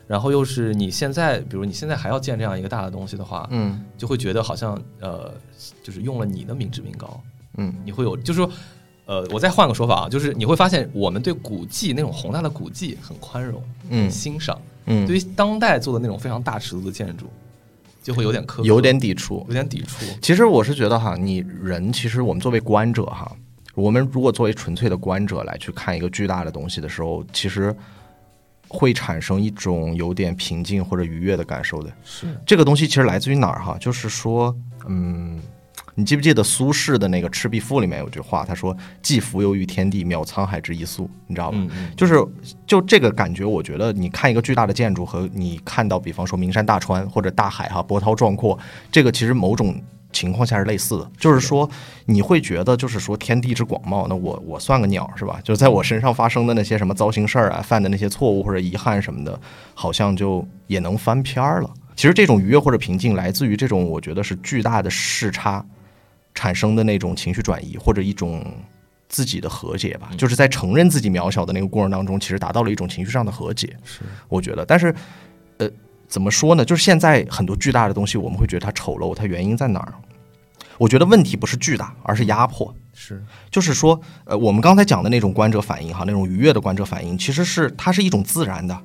S2: 然后又是你现在，比如你现在还要建这样一个大的东西的话，
S3: 嗯
S2: 就会觉得好像呃，就是用了你的民脂民膏，
S3: 嗯
S2: 你会有就是说。呃，我再换个说法啊，就是你会发现，我们对古迹那种宏大的古迹很宽容、很
S3: 嗯
S2: 欣赏，对
S3: 嗯，
S2: 于当代做的那种非常大尺度的建筑，就会有点苛刻，
S3: 有点抵触
S2: 有。点抵触。
S3: 其实我是觉得哈，你人其实我们作为观者哈，我们如果作为纯粹的观者来去看一个巨大的东西的时候，其实会产生一种有点平静或者愉悦的感受的。
S2: 是，
S3: 这个东西其实来自于哪儿哈？就是说，嗯，你记不记得苏轼的那个《赤壁赋》里面有句话，他说“既浮游于天地，渺沧海之一粟”，你知道吧？
S2: 嗯嗯，
S3: 就是就这个感觉，我觉得你看一个巨大的建筑和你看到，比方说名山大川或者大海哈、波涛壮阔，这个其实某种情况下是类似的。就是说，你会觉得就是说天地之广袤，那我我算个鸟是吧？就在我身上发生的那些什么糟心事儿啊，犯的那些错误或者遗憾什么的，好像就也能翻篇儿了。其实这种愉悦或者平静，来自于这种我觉得是巨大的视差产生的那种情绪转移，或者一种自己的和解吧，就是在承认自己渺小的那个过程当中，其实达到了一种情绪上的和解。
S2: 是
S3: 我觉得，但是，呃，怎么说呢？就是现在很多巨大的东西，我们会觉得它丑陋，它原因在哪儿？我觉得问题不是巨大，而是压迫。
S2: 是，
S3: 就是说，呃，我们刚才讲的那种观者反应哈，那种愉悦的观者反应，其实是它是一种自然的，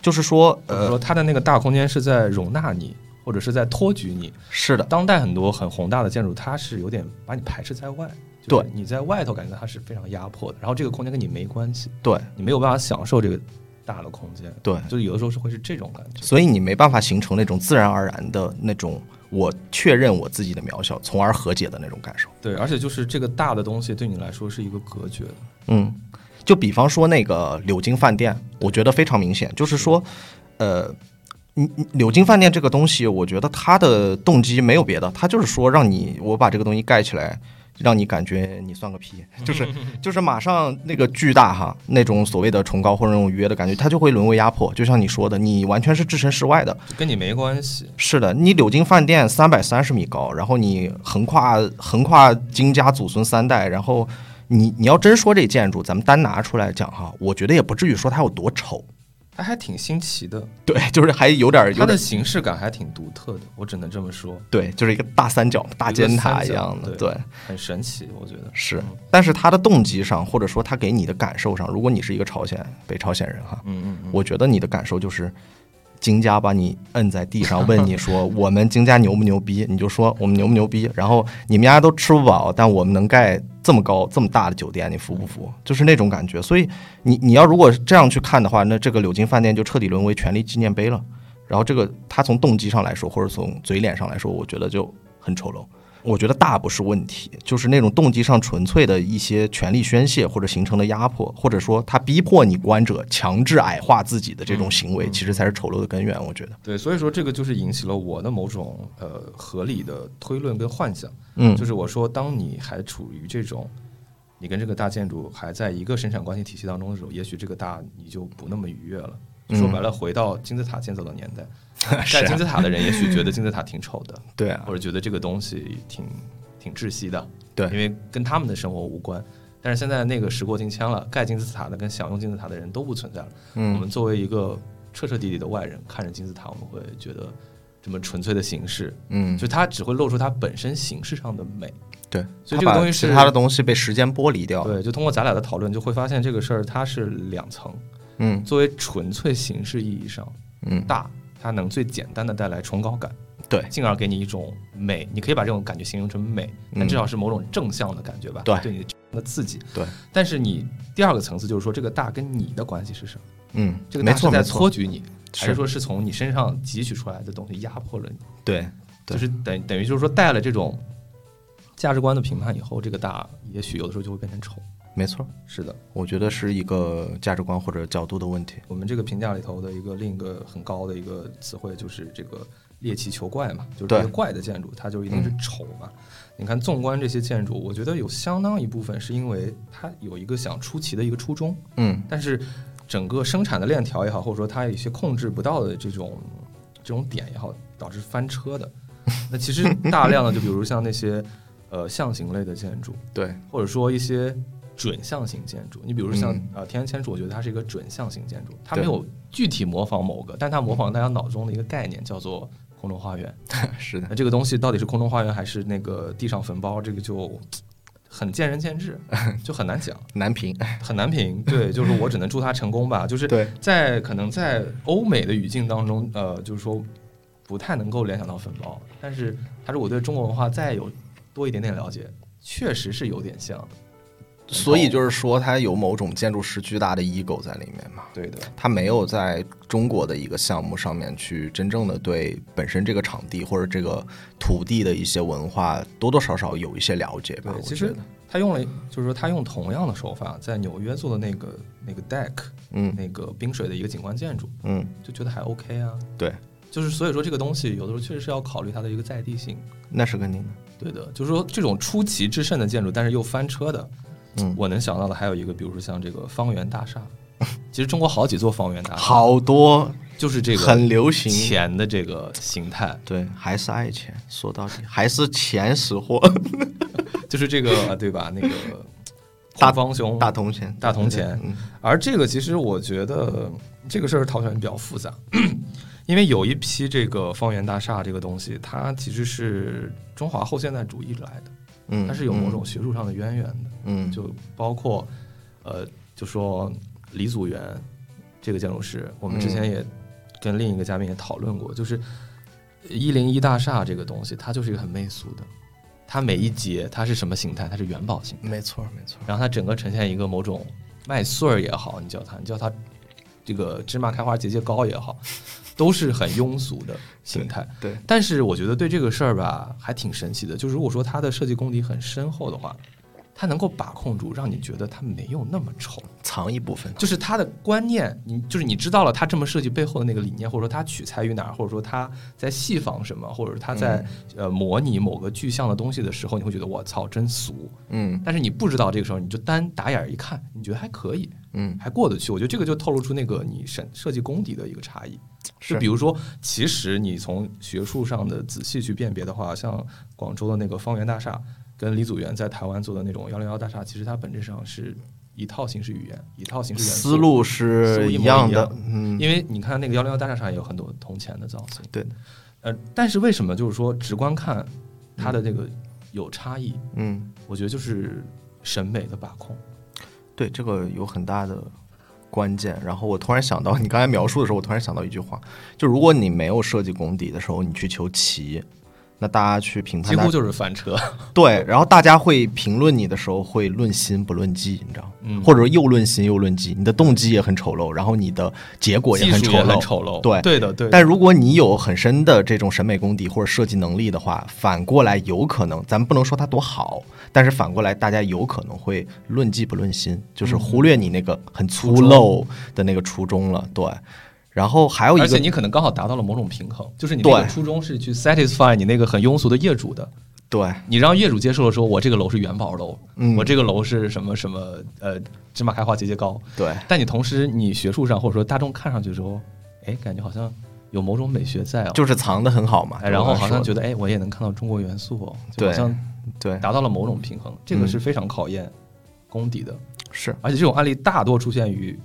S3: 就是说，
S2: 或者
S3: 呃，
S2: 说它的那个大空间是在容纳你，或者是在托举你。
S3: 是的，
S2: 当代很多很宏大的建筑，它是有点把你排斥在外，就是你在外头感觉它是非常压迫的，然后这个空间跟你没关系，
S3: 对
S2: 你没有办法享受这个大的空间，
S3: 对，
S2: 就是有的时候是会是这种感觉。
S3: 所以你没办法形成那种自然而然的那种我确认我自己的渺小，从而和解的那种感受。
S2: 对，而且就是这个大的东西对你来说是一个隔绝的，
S3: 嗯，就比方说那个柳京饭店，我觉得非常明显，就是说，呃，嗯嗯柳金饭店这个东西，我觉得它的动机没有别的，它就是说让你我把这个东西盖起来，让你感觉你算个屁，就是就是马上那个巨大哈那种所谓的崇高或者那种愉悦的感觉，它就会沦为压迫。就像你说的，你完全是置身事外的。
S2: 跟你没关系。
S3: 是的，你柳金饭店三百三十米高，然后你横跨横跨金家祖孙三代，然后你你要真说这建筑，咱们单拿出来讲哈，我觉得也不至于说它有多丑，
S2: 它还挺新奇的，
S3: 对， 就是还有点有
S2: 它
S3: 点
S2: 的形式感还挺独特的，我只能这么说，
S3: 对，就是一个大三角、大尖塔
S2: 一个三
S3: 一
S2: 角
S3: 样的，
S2: 对
S3: 对，
S2: 很神奇，我觉得。
S3: 是。但是它的动机上，或者说它给你的感受上，如果你是一个朝鲜北朝鲜人哈，
S2: 嗯嗯嗯，
S3: 我觉得你的感受就是。金家把你摁在地上，问你说：“ 我们金家牛不牛逼？”你就说：“我们牛不牛逼？”然后你们家都吃不饱，但我们能盖这么高、这么大的酒店，你服不服？就是那种感觉。所以你你要如果这样去看的话，那这个柳金饭店就彻底沦为权力纪念碑了。然后这个它从动机上来说，或者从嘴脸上来说，我觉得就很丑陋。我觉得大不是问题，就是那种动机上纯粹的一些权力宣泄或者形成的压迫，或者说他逼迫你观者强制矮化自己的这种行为，其实才是丑陋的根源。我觉得，
S2: 对，所以说这个就是引起了我的某种呃合理的推论跟幻想，
S3: 嗯
S2: 就是我说，当你还处于这种你跟这个大建筑还在一个生产关系体系当中的时候，也许这个大你就不那么愉悦了。说白
S3: 嗯
S2: 了，回到金字塔建造的年代，
S3: 啊
S2: 盖金字塔的人也许觉 得金字塔挺丑的，
S3: 对啊
S2: 或，者觉得这个东西挺挺窒息的，
S3: 对
S2: 因为跟他们的生活无关。但是现在那个时过境迁了，盖金字塔的跟享用金字塔的人都不存在了。我
S3: 嗯
S2: 们作为一个彻彻底底的外人，看着金字塔，我们会觉得这么纯粹的形式，
S3: 嗯，
S2: 就它只会露出它本身形式上的美。
S3: 对，
S2: 所以这个东西
S3: 是
S2: 是
S3: 他的东西被时间剥离掉了。
S2: 对，就通过咱俩的讨论，就会发现这个事儿它是两层。
S3: 嗯
S2: 作为纯粹形式意义上
S3: 嗯，
S2: 大，它能最简单的带来崇高感，
S3: 对
S2: 进而给你一种美。你可以把这种感觉形容成美，但
S3: 嗯
S2: 至少是某种正向的感觉吧，
S3: 对
S2: 对你的刺激。
S3: 对，
S2: 但是你第二个层次就是说，这个大跟你的关系是什么？
S3: 嗯，
S2: 这个
S3: 没
S2: 大是
S3: 错没
S2: 在
S3: 错
S2: 托，举你，还
S3: 是
S2: 是说是从你身上汲取出来的东西压迫了你？
S3: 对对
S2: 就是等等于就是说带了这种价值观的评判以后，这个大也许有的时候就会变成丑。
S3: 没错，
S2: 是的，
S3: 我觉得是一个价值观或者角度的问题。
S2: 我们这个评价里头的一个另一个很高的一个词汇就是这个猎奇求怪嘛，就是这
S3: 对
S2: 个怪的建筑它就一定是丑嘛。你看，纵观这些建筑，我觉得有相当一部分是因为它有一个想出奇的一个初衷，
S3: 嗯
S2: 但是整个生产的链条也好，或者说它有一些控制不到的这种这种点也好，导致翻车的。那其实大量的，就比如像那些呃象形类的建筑，
S3: 对，
S2: 或者说一些准象形建筑，你比如像、
S3: 嗯
S2: 呃天然千树，我觉得它是一个准象形建筑，它
S3: 对嗯
S2: 没有具体模仿某个，但它模仿大家脑中的一个概念，叫做空中花园。
S3: 是的，
S2: 那这个东西到底是空中花园还是那个地上坟包，这个就很见仁见 智，就很难讲。
S3: 难评。
S2: 很难评，对，就是我只能祝他成功 吧。就是
S3: 对
S2: 在可能在欧美的语境当中，呃，就是说不太能够联想到粉包，但是他如果对中国文化再有多一点点了解，确实是有点像的。
S3: 所以就是说，它有某种建筑师巨大的 ego 在里面嘛。
S2: 对的，
S3: 它没有在中国的一个项目上面去真正的对本身这个场地或者这个土地的一些文化多多少少有一些了解吧
S2: 对，。
S3: 啊我
S2: 其
S3: 觉
S2: 实
S3: 得，
S2: 他用了，就是说他用同样的手法，在纽约做的那个那个 deck
S3: 嗯
S2: 那个冰水的一个景观建筑，
S3: 嗯，
S2: 就觉得还 OK 啊。
S3: 对，
S2: 就是所以说这个东西有的时候确实是要考虑它的一个在地性。
S3: 那是肯定的。
S2: 对的，就是说这种出奇制胜的建筑，但是又翻车的，
S3: 嗯
S2: 我能想到的还有一个，比如说像这个方圆大厦，其实中国好几座方圆大厦，
S3: 好多
S2: 就是这个
S3: 很流行，
S2: 钱的这个形态，
S3: 对，还是爱钱，说到底还是钱识货，
S2: 嗯就是这个对吧？那个
S3: 大
S2: 红方兄
S3: 大铜钱，
S2: 大铜钱，
S3: 嗯
S2: 而这个其实我觉得这个事儿讨论比较复杂，因为有一批这个方圆大厦这个东西，它其实是中华后现代主义来的，
S3: 嗯，
S2: 它是有某种学术上的渊源的。
S3: 嗯，
S2: 就包括呃，就说李祖原这个建筑师，我们之
S3: 嗯
S2: 前也跟另一个嘉宾也讨论过，就是一零一大厦这个东西，它就是一个很媚俗的，它每一节它是什么形态？它是元宝形，
S3: 没错没错，
S2: 然后它整个呈现一个某种麦穗儿也好，你叫它，你叫它这个芝麻开花节节高也好，都是很庸俗的形态。
S3: 对，
S2: 但是我觉得对这个事儿吧，还挺神奇的。就如果说它的设计功底很深厚的话，它能够把控住，让你觉得它没有那么丑。
S3: 藏一部分。
S2: 就是他的观念，你就是你知道了他这么设计背后的那个理念，或者说他取材于哪儿，或者说他在戏仿什么，或者他在、呃模拟某个具象的东西的时候，你会觉得我操真俗。
S3: 嗯
S2: 但是你不知道这个时候，你就单打眼儿一看，你觉得还可以，
S3: 嗯，
S2: 还过得去。我觉得这个就透露出那个你审设计功底的一个差异。
S3: 是
S2: 就比如说，其实你从学术上的仔细去辨别的话，像广州的那个方圆大厦，跟李祖原在台湾做的那种幺零幺大厦，其实它本质上是一套形式语言，一套形式元素
S3: 思路
S2: 思
S3: 是
S2: 路一模
S3: 一
S2: 一
S3: 样的
S2: 样。
S3: 嗯，
S2: 因为你看那个幺零幺大厦上也有很多铜钱的造型，
S3: 对，
S2: 呃，但是为什么就是说直观看它的这个有差异？
S3: 嗯，
S2: 我觉得就是审美的把控。
S3: 对，这个有很大的关键。然后我突然想到，你刚才描述的时候，我突然想到一句话，就如果你没有设计功底的时候，你去求奇，那大家去评判
S2: 几
S3: 它
S2: 乎就是翻车，
S3: 对，然后大家会评论你的时候会论心不论迹，你知道吗？
S2: 嗯
S3: 或者说又论心又论迹，你的动机也很丑陋，然后你的结果也
S2: 技
S3: 很
S2: 术
S3: 丑
S2: 也
S3: 陋。
S2: 很丑陋，
S3: 对
S2: 对的，对的。
S3: 但如果你有很深的这种审美功底或者设计能力的话，反过来有可能，咱们不能说它多好，但是反过来大家有可能会论迹不论心，就是忽略你那个很粗陋的那个初衷了。对，然后还有一
S2: 而且
S3: 个，
S2: 你可能刚好达到了某种平衡，就是你那个
S3: 对
S2: 初衷是去 satisfy 你那个很庸俗的业主的，
S3: 对，
S2: 你让业主接受了说，我这个楼是元宝楼，
S3: 嗯
S2: 我这个楼是什么什么呃芝麻开花节节高，
S3: 对，
S2: 但你同时你学术上或者说大众看上去的时候，哎，感觉好像有某种美学在哦，
S3: 就是藏的很好嘛。
S2: 哎，然后好像
S3: 就
S2: 觉得哎，我也能看到中国元素哦，就好
S3: 对嗯
S2: 像
S3: 对，
S2: 达到了某种平衡，这个是非常考验功底的，
S3: 是。
S2: 而且这种案例大多出现于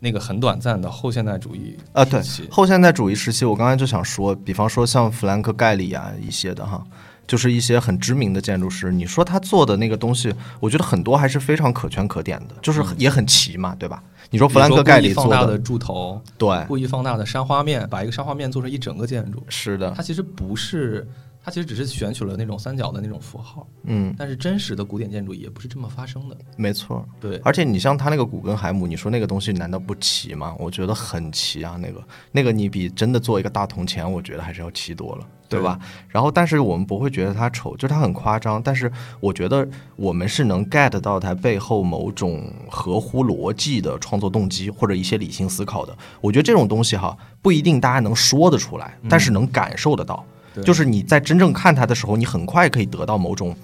S2: 那个很短暂的后现代主义
S3: 啊，对
S2: 时期，
S3: 后现代主义时期，我刚才就想说，比方说像弗兰克·盖里啊一些的哈，就是一些很知名的建筑师，你说他做的那个东西，我觉得很多还是非常可圈可点的，就是很也很奇嘛，对吧？你说弗兰克·盖
S2: 比
S3: 里
S2: 如嗯说故
S3: 做
S2: 意放大
S3: 的，哎
S2: 的柱头，
S3: 对，
S2: 故意放大的山花面，把一个山花面做成一整个建筑，
S3: 是的，
S2: 它其实不是，它其实只是选取了那种三角的那种符号，
S3: 嗯，
S2: 但是真实的古典建筑也不是这么发生的。
S3: 没错。
S2: 对，
S3: 而且你像他那个古根海姆，你说那个东西难道不奇吗？我觉得很奇啊，那个那个你比真的做一个大铜钱，我觉得还是要奇多了，对吧？然后但是我们不会觉得它丑，就是它很夸张，但是我觉得我们是能 get 到它背后某种合乎逻辑的创作动机或者一些理性思考的。我觉得这种东西哈，不一定大家能说得出来，但是能感受得到。
S2: 对
S3: 就是你在真正看它的时候，你很快可以得到某种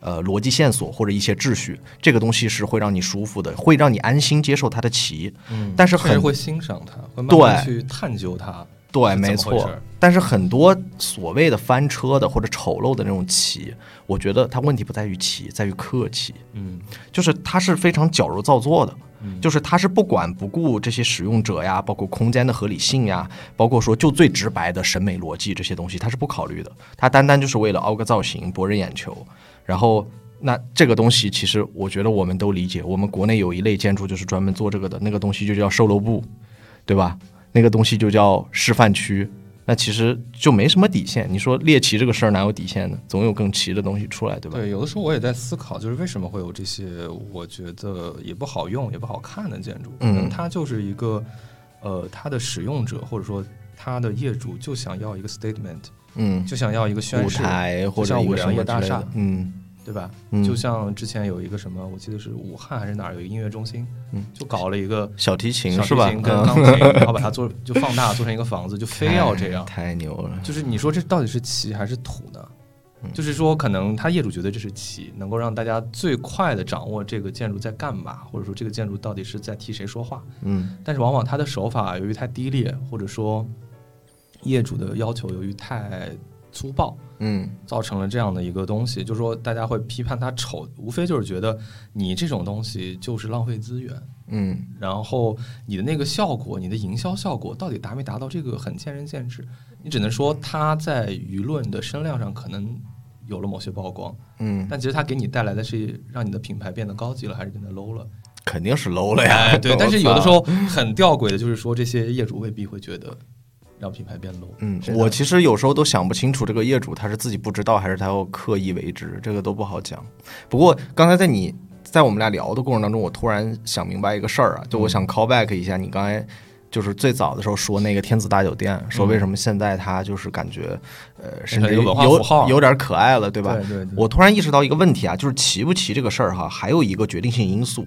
S3: 呃逻辑线索或者一些秩序，这个东西是会让你舒服的，会让你安心接受它的棋。
S2: 嗯
S3: 但是
S2: 确实
S3: 很
S2: 会欣赏它，会慢慢
S3: 对
S2: 去探究它。
S3: 对，
S2: 是怎么
S3: 没
S2: 回
S3: 错
S2: 事。
S3: 但是很多所谓的翻车的或者丑陋的那种棋，我觉得它问题不在于棋，在于客气，
S2: 嗯，
S3: 就是它是非常矫揉造作的。
S2: 嗯
S3: 就是它是不管不顾这些使用者呀，包括空间的合理性呀，包括说就最直白的审美逻辑这些东西，它是不考虑的。它单单就是为了凹个造型，博人眼球。然后，那这个东西其实我觉得我们都理解。我们国内有一类建筑就是专门做这个的，那个东西就叫售楼部，对吧？那个东西就叫示范区。那其实就没什么底线。你说猎奇这个事儿哪有底线呢？总有更奇的东西出来，对吧？
S2: 对，有的时候我也在思考，就是为什么会有这些我觉得也不好用、也不好看的建筑？可能
S3: 嗯
S2: 它就是一个，呃，它的使用者或者说它的业主就想要一个 statement，
S3: 嗯，
S2: 就想要一个宣
S3: 舞
S2: 示，
S3: 台或者
S2: 像
S3: 一
S2: 五
S3: 个什
S2: 粮
S3: 么
S2: 液
S3: 之
S2: 大
S3: 类
S2: 厦
S3: 的，嗯。
S2: 对吧？
S3: 嗯
S2: 就像之前有一个什么，我记得是武汉还是哪儿有一个音乐中心，
S3: 嗯
S2: 就搞了一个
S3: 小提琴
S2: 小
S3: 是
S2: 提
S3: 吧？
S2: 琴跟
S3: 嗯
S2: 钢琴，然后把它做就放大做成一个房子，就非要这样。
S3: 哎太牛了。
S2: 就是你说这到底是棋还是土呢？就是说，可能他业主觉得这是棋，能够让大家最快的掌握这个建筑在干嘛，或者说这个建筑到底是在替谁说话。
S3: 嗯
S2: 但是往往他的手法由于太低劣，或者说业主的要求由于太粗暴，
S3: 嗯，
S2: 造成了这样的一个东西，就是说大家会批判它丑，无非就是觉得你这种东西就是浪费资源，
S3: 嗯，
S2: 然后你的那个效果，你的营销效果到底达没达到，这个很见仁见智。你只能说它在舆论的声量上可能有了某些曝光，
S3: 嗯，
S2: 但其实它给你带来的是让你的品牌变得高级了，还是变得 low 了？
S3: 肯定是 low 了呀。
S2: 哎，对。
S3: 我
S2: 但是有的时
S3: 操，
S2: 候很吊诡的就是说，这些业主未必会觉得让品牌变 low。
S3: 嗯，
S2: 是的
S3: 我其实有时候都想不清楚，这个业主他是自己不知道，还是他要刻意为之，这个都不好讲。不过刚才在你
S2: 嗯
S3: 在我们俩聊的过程当中，我突然想明白一个事儿啊，就我想 call back 一下你刚才。就是最早的时候说那个天子大酒店，说为什么现在它就是感觉，呃，甚至
S2: 一个
S3: 有
S2: 文化符号
S3: 有点可爱了，对吧？
S2: 对对对
S3: 我突然意识到一个问题啊，就是齐不齐这个事儿哈，还有一个决定性因素，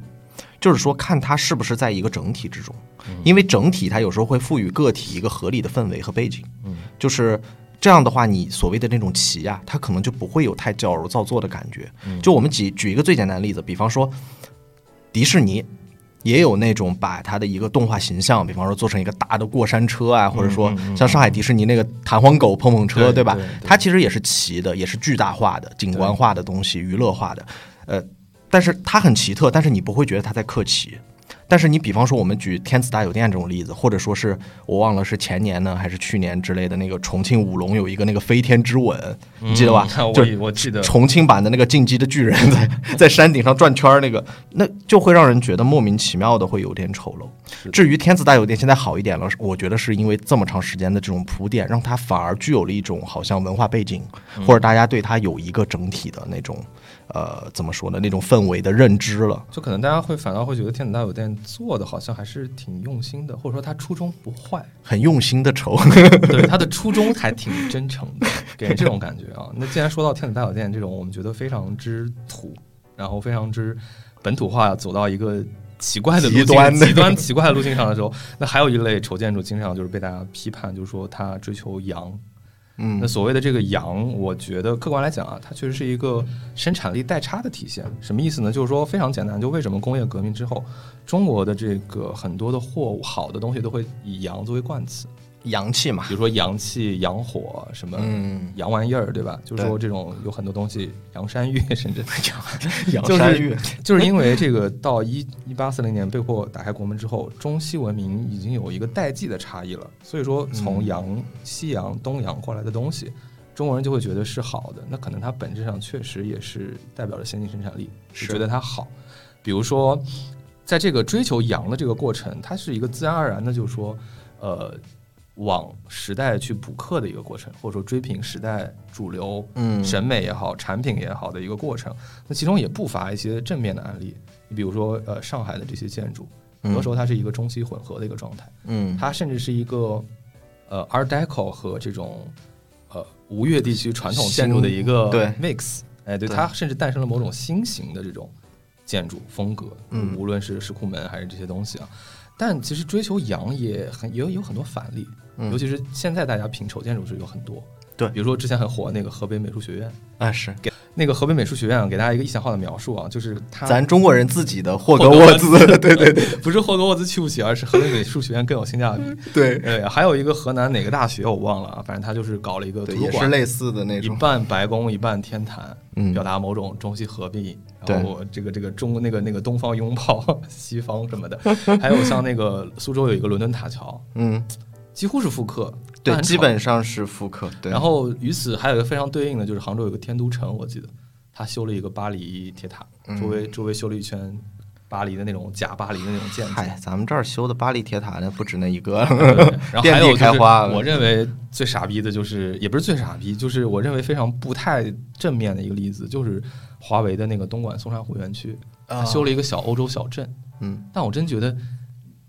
S3: 就是说看它是不是在一个整体之中，
S2: 嗯
S3: 因为整体它有时候会赋予个体一个合理的氛围和背景，
S2: 嗯
S3: 就是。这样的话，你所谓的那种齐啊，它可能就不会有太矫揉造作的感觉。
S2: 嗯
S3: 就我们举举一个最简单的例子，比方说迪士尼也有那种把它的一个动画形象，比方说做成一个大的过山车
S2: 嗯
S3: 啊，或者说像上海迪士尼那个弹簧狗碰碰车，
S2: 对
S3: 对吧
S2: 对？
S3: 它其实也是齐的，也是巨大化的、景观化的东西、娱乐化的，呃，但是它很奇特，但是你不会觉得它在克奇。但是你比方说，我们举天子大酒店这种例子，或者说是我忘了是前年呢还是去年之类的那个重庆舞龙有一个那个飞天之吻，你记得吧？
S2: 嗯
S3: 就
S2: 我我记得
S3: 重庆版的那个进击的巨人在 在山顶上转圈儿那个，那就会让人觉得莫名其妙的会有点丑陋。至于天子大酒店现在好一点了，我觉得是因为这么长时间的这种铺垫，让它反而具有了一种好像文化背景，或者大家对它有一个整体的那种呃怎么说呢那种氛围的认知了。
S2: 就可能大家会反倒会觉得天子大酒店做的好像还是挺用心的，或者说他初衷不坏，
S3: 很用心的 愁，
S2: 对他的初衷还挺真诚的，给人这种感觉啊。那既然说到天子大酒店这种，我们觉得非常之土，然后非常之本土化，走到一个奇怪的路径、
S3: 极端的
S2: 极端奇怪的路径上的时候，那还有一类丑建筑经常就是被大家批判，就是说它追求洋。
S3: 嗯
S2: 那所谓的这个洋，我觉得客观来讲啊，它确实是一个生产力代差的体现。什么意思呢？就是说非常简单，就为什么工业革命之后，中国的这个很多的货物好的东西都会以洋作为冠词，
S3: 洋气嘛
S2: 比，如说洋气、洋火什么。
S3: 嗯，
S2: 洋玩意儿，对吧？就是
S3: 对
S2: 说这种有很多东西，洋山芋甚至
S3: 洋
S2: 就是
S3: 山芋，
S2: 就是因为这个，到一一八四零年被迫打开国门之后，中西文明已经有一个代际的差异了。所以说，从洋、西洋、东洋过来的东西，中国人就会觉得是好的。那可能它本质上确实也是代表着先进生产力，
S3: 是
S2: 就觉得它好。比如说，在这个追求洋的这个过程，它是一个自然而然的，就是说，呃，往时代去补课的一个过程，或者说追平时代主流，
S3: 嗯
S2: 审美也好，产品也好的一个过程。那其中也不乏一些正面的案例，你比如说呃上海的这些建筑，很多时候它是一个中西混合的一个状态，
S3: 嗯，
S2: 它甚至是一个呃 Art Deco 和这种呃吴越地区传统建筑的一个
S3: 新对
S2: mix，哎，对，
S3: 对
S2: 它甚至诞生了某种新型的这种建筑风格，
S3: 嗯
S2: 无论是石库门还是这些东西啊。但其实追求洋也很也有有很多反例，
S3: 嗯
S2: 尤其是现在大家评丑建筑是有很多，
S3: 对
S2: 比如说之前很火那个河北美术学院，
S3: 啊是，
S2: 那个河北美术学院给大家一个意象化的描述啊，就是它
S3: 咱中国人自己的霍格
S2: 格
S3: 沃
S2: 沃
S3: 兹， 对对对
S2: 不是霍格沃兹去不起，而是河北美术学院更有性价比。
S3: 对
S2: 对，呃还有一个河南哪个大学我忘了啊，反正它就是搞了一个图
S3: 对，
S2: 书
S3: 也是
S2: 馆，
S3: 类似的那
S2: 一
S3: 种，
S2: 半白宫一半天坛，
S3: 嗯
S2: 表达某种中西合璧，
S3: 对
S2: 然后这个这个中那个那个东方拥抱 西方什么的，还有像那个苏州有一个伦敦塔桥，
S3: 嗯，
S2: 几乎是复刻，但
S3: 对，
S2: 很
S3: 基
S2: 丑
S3: 本上是复刻，对，
S2: 然后与此还有一个非常对应的，就是杭州有个天都城，我记得他修了一个巴黎铁塔，
S3: 嗯
S2: 周围周围修了一圈巴黎的那种假巴黎的那种建筑。
S3: 嗨，咱们这儿修的巴黎铁塔那不止那一个，
S2: 对 然后还
S3: 遍
S2: 有
S3: 地
S2: 就是
S3: 开花了，
S2: 我认为最傻逼的就是，也不是最傻逼，就是我认为非常不太正面的一个例子，就是华为的那个东莞松山湖园区，
S3: 啊
S2: 它修了一个小欧洲小镇。
S3: 嗯，
S2: 但我真觉得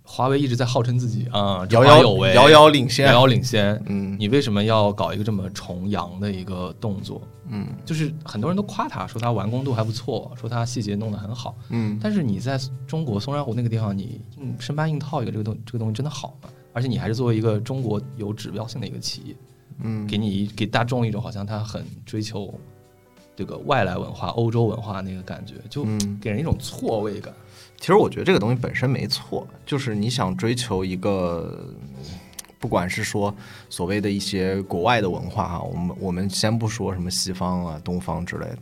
S2: 华为一直在号称自己啊，中
S3: 遥
S2: 华
S3: 遥
S2: 有为，
S3: 遥遥领先
S2: 遥，遥领先。
S3: 嗯
S2: 你为什么要搞一个这么崇洋的一个动作？
S3: 嗯
S2: 就是很多人都夸他说他完工度还不错，说他细节弄得很好。
S3: 嗯，
S2: 但是你在中国松山湖那个地方，你硬生搬硬套一个这个东这个东西真的好吗？而且你还是作为一个中国有指标性的一个企业，
S3: 嗯，
S2: 给你给大众一种好像他很追求这个外来文化、欧洲文化那个感觉，就
S3: 嗯
S2: 给人一种错位感。
S3: 其实我觉得这个东西本身没错，就是你想追求一个，不管是说所谓的一些国外的文化啊，我们我们先不说什么西方啊、东方之类的，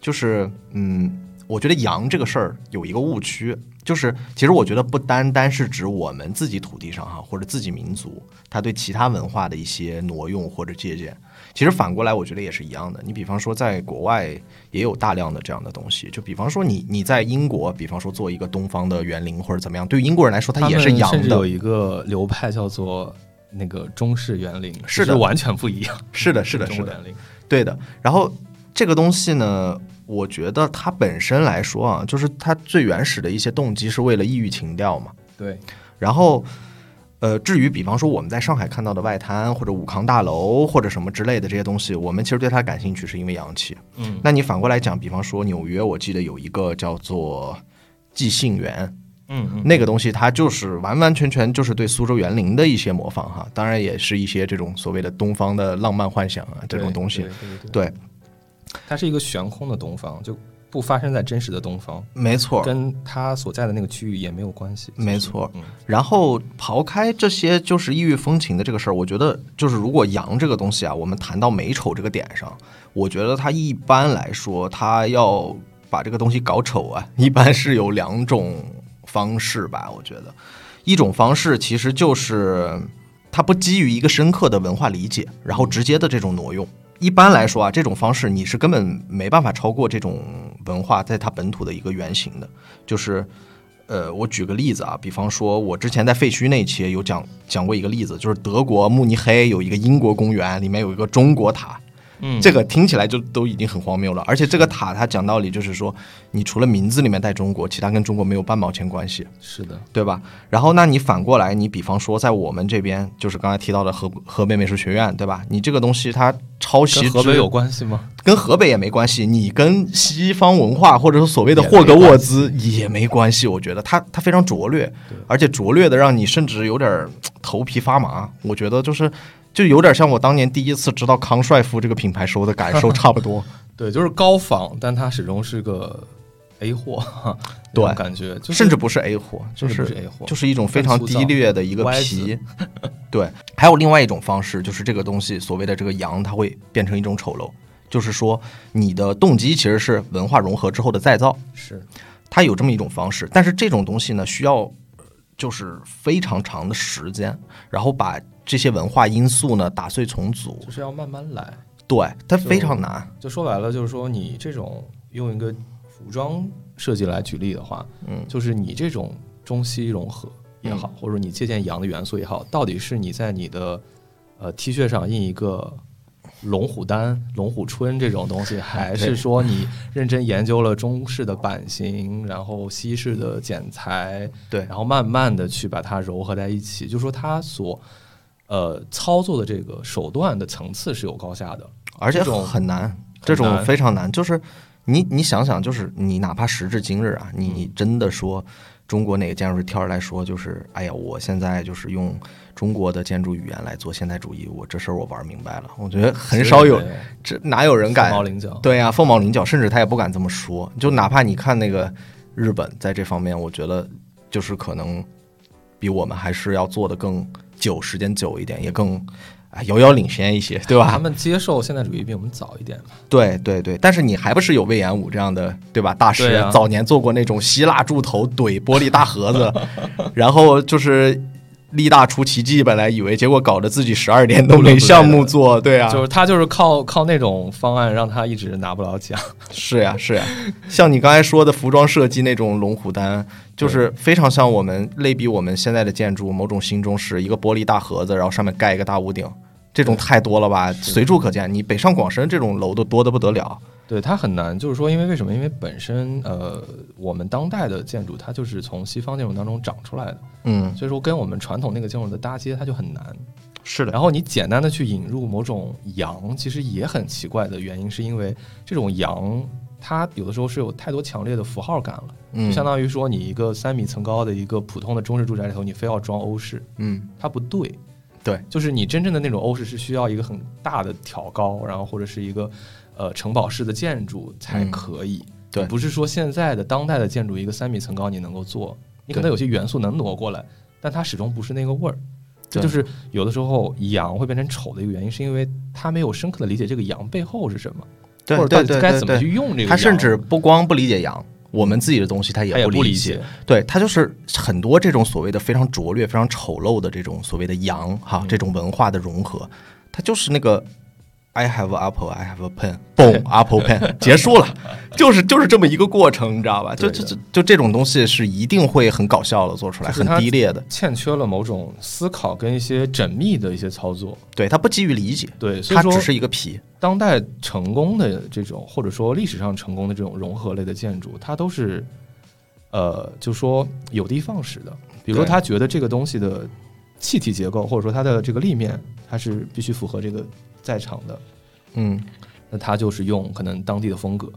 S3: 就是嗯，我觉得洋这个事儿有一个误区，就是其实我觉得不单单是指我们自己土地上哈、或者自己民族，他对其他文化的一些挪用或者借鉴。其实反过来，我觉得也是一样的。你比方说，在国外也有大量的这样的东西，就比方说你你在英国，比方说做一个东方的园林或者怎么样，对于英国人来说，它也是
S2: 们甚
S3: 洋
S2: 至
S3: 的
S2: 有，一个流派叫做那个中式园林，
S3: 是
S2: 就
S3: 的
S2: 完全不一样。
S3: 是的，是的，
S2: 中
S3: 是
S2: 国
S3: 的。
S2: 园林。
S3: 对的。然后这个东西呢，我觉得它本身来说啊，就是它最原始的一些动机是为了异域情调嘛。
S2: 对，
S3: 然后，呃，至于比方说我们在上海看到的外滩或者武康大楼或者什么之类的这些东西，我们其实对它感兴趣是因为洋气。
S2: 嗯，
S3: 那你反过来讲，比方说纽约，我记得有一个叫做即兴园，
S2: 嗯嗯，
S3: 那个东西它就是完完全全就是对苏州园林的一些模仿哈，当然也是一些这种所谓的东方的浪漫幻想啊这种东西
S2: 对。，对对对
S3: 对，
S2: 它是一个悬空的东方，就不发生在真实的东方，
S3: 没错，
S2: 跟它所在的那个区域也没有关系。其实
S3: 没错
S2: 嗯
S3: 然后刨开这些就是异域风情的这个事儿，我觉得就是如果羊这个东西啊，我们谈到美丑这个点上，我觉得它一般来说，它要把这个东西搞丑啊， 一般是有两种方式吧。我觉得，一种方式其实就是它不基于一个深刻的文化理解，然后直接的这种挪用。一般来说啊，这种方式你是根本没办法超过这种文化在它本土的一个原型的，就是呃，我举个例子啊，比方说，我之前在废墟那一期有讲讲过一个例子，就是德国慕尼黑有一个英国公园，里面有一个中国塔。
S2: 嗯
S3: 这个听起来就都已经很荒谬了，而且这个塔它讲道理就是说，你除了名字里面带中国，其他跟中国没有半毛钱关系。
S2: 是的，
S3: 对吧？然后，那你反过来，你比方说在我们这边，就是刚才提到的河河北美术学院，对吧？你这个东西它抄袭
S2: 跟河
S3: 之
S2: 北有关系吗？
S3: 跟河北也没关系，你跟西方文化或者说所谓的霍格沃兹也没关系。我觉得它它非常拙劣，而且拙劣的让你甚至有点儿嘖头皮发麻。我觉得就是就有点像我当年第一次知道康帅傅这个品牌时候的感 受差不多。
S2: 对，就是高仿，但它始终是个 A 货，
S3: 对
S2: 那种感觉就是
S3: 甚至不是 A 货，就
S2: 甚至不
S3: 是
S2: 是 A 货
S3: 就是一种非常低劣的一个
S2: 歪
S3: 皮。对，还有另外一种方式，就是这个东西所谓的这个羊，它会变成一种丑陋，就是说你的动机其实是文化融合之后的再造。
S2: 是
S3: 它有这么一种方式，但是这种东西呢，需要呃就是非常长的时间，然后把这些文化因素呢打碎重组，
S2: 就是要慢慢来。
S3: 对，它非常难。
S2: 就说白了，就是说你这种用一个服装设计来举例的话，
S3: 嗯
S2: 就是你这种中西融合也好，或者说你借鉴洋的元素也好，到底是你在你的呃 T 恤上印一个龙虎丹、龙虎春这种东西，还
S3: 对
S2: 是说你认真研究了中式的版型，然后西式的剪裁，
S3: 对
S2: 然后慢慢的去把它糅合在一起，就说它所。呃，操作的这个手段的层次是有高下的，
S3: 而且
S2: 这种
S3: 很难，这种非常难。就是你你想想，就是你哪怕时至今日啊，你你真的说中国哪个建筑师跳出来说，就是哎呀，我现在就是用中国的建筑语言来做现代主义，我这事儿我玩明白了。我觉得很少有
S2: 其实也没
S3: 这哪有人敢
S2: 凤毛麟角。
S3: 对呀、凤毛麟角，甚至他也不敢这么说。就哪怕你看那个日本，在这方面，我觉得就是可能比我们还是要做的更久，时间久一点，也更啊遥遥领先一 些，对
S2: 他
S3: 吧？
S2: 们接受现代主义比我们早一点嘛，
S3: 对对对，但是你还不是有魏延武这样的，对吧？大师、
S2: 对啊
S3: 早年做过那种希腊柱头怼玻璃大盒子， 然后就是。力大出奇迹，本来以为结果搞得自己十二年都
S2: 不伦不类
S3: 没项
S2: 的
S3: 目做，对啊，
S2: 就是他就是靠靠那种方案让他一直拿不了奖。
S3: 是呀，是呀，像你刚才说的服装设计那种龙虎丹，就是非常像我们类比我们现在的建筑，某种新中式一个玻璃大盒子，然后上面盖一个大屋顶，这种太多了吧，随处可见。你北上广深这种楼都多得不得了，
S2: 对他很难，就是说，因为为什么？因为本身呃，我们当代的建筑它就是从西方建筑当中长出来的，
S3: 嗯，
S2: 所以说跟我们传统那个建筑的搭接它就很难。
S3: 是的，
S2: 然后你简单的去引入某种洋，其实也很奇怪的原因，是因为这种洋它有的时候是有太多强烈的符号感了，就
S3: 嗯
S2: 相当于说你一个三米层高的一个普通的中式住宅里头，你非要装欧式，
S3: 嗯，
S2: 它不对。
S3: 对，
S2: 就是你真正的那种欧式是需要一个很大的挑高，然后或者是一个呃城堡式的建筑才
S3: 嗯
S2: 可以。
S3: 对
S2: 不是说现在的当代的建筑一个三米层高你能够做，你可
S3: 对
S2: 能有些元素能挪过来，但它始终不是那个味儿。这
S3: 对
S2: 就是有的时候羊会变成丑的一个原因，是因为他没有深刻的理解这个羊背后是什么，
S3: 对
S2: 或者
S3: 对
S2: 到底
S3: 对
S2: 该
S3: 对
S2: 怎么
S3: 对，
S2: 去啊用这个
S3: 他
S2: 羊。
S3: 甚至不光不理解羊，我们自己的东西他
S2: 他也
S3: 不
S2: 理
S3: 解，，对，它就是很多这种所谓的非常拙劣、非常丑陋的这种所谓的洋哈，
S2: 嗯
S3: 这种文化的融合，它就是那个 I have a apple, I have a pen, boom, apple pen，结束了，就是就是这么一个过程，你知道吧？就
S2: 对
S3: 就
S2: 的
S3: 就就这种东西是一定会很搞笑的做出来，
S2: 就是
S3: 很
S2: 它
S3: 低劣的，
S2: 欠缺了某种思考跟一些缜密的一些操作。
S3: 对，它不基于理解，
S2: 对，所以
S3: 它
S2: 说
S3: 只是一个皮，
S2: 当代成功的这种，或者说历史上成功的这种融合类的建筑，它都是，呃，就说有的放矢的。比如说，
S3: 对
S2: 他觉得这个东西的气体结构或者说它的这个立面，它是必须符合这个在场的，
S3: 嗯
S2: 那他就是用可能当地的风格。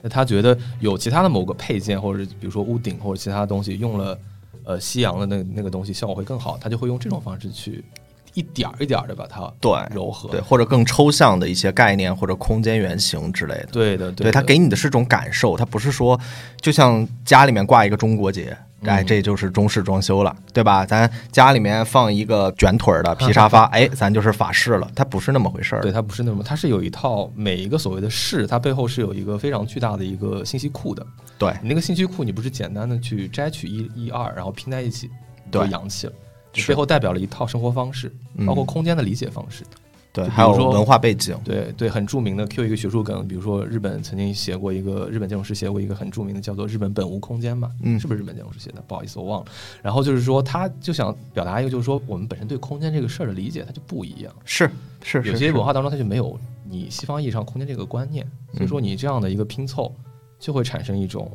S2: 那他觉得有其他的某个配件，或者比如说屋顶或者其他的东西用了，呃，西洋的那那个东西效果会更好，他就会用这种方式去一点儿一点的把它
S3: 对
S2: 柔和。
S3: 哎对，或者更抽象的一些概念或者空间原型之类的。
S2: 对的，对
S3: 对
S2: 的
S3: 他给你的是种感受，他不是说就像家里面挂一个中国结，
S2: 嗯
S3: 哎，这就是中式装修了，对吧？咱家里面放一个卷 腿儿的皮沙发，哎，咱就是法式了，它不是那么回事儿。
S2: 对，它不是那么，它是有一套每一个所谓的市，它背后是有一个非常巨大的一个信息库的。
S3: 对
S2: 你那个信息库，你不是简单的去摘取一、一、二，然后拼在一起，就
S3: 对
S2: 洋气了。你
S3: 是
S2: 背后代表了一套生活方式，
S3: 嗯
S2: 包括空间的理解方式。
S3: 对，
S2: 就比
S3: 还有
S2: 如说
S3: 文化背景，
S2: 对对，很著名的 Q 一个学术梗，比如说日本曾经写过一个日本建筑师写过一个很著名的叫做“日本本无空间”嘛，
S3: 嗯
S2: 是不是日本建筑师写的？不好意思，我忘了。然后就是说，他就想表达一个，就是说我们本身对空间这个事儿的理解，它就不一样。
S3: 是是
S2: 有
S3: 是
S2: 些
S3: 是，
S2: 文化当中它就没有你西方意义上空间这个观念，所以
S3: 嗯
S2: 说你这样的一个拼凑，就会产生一种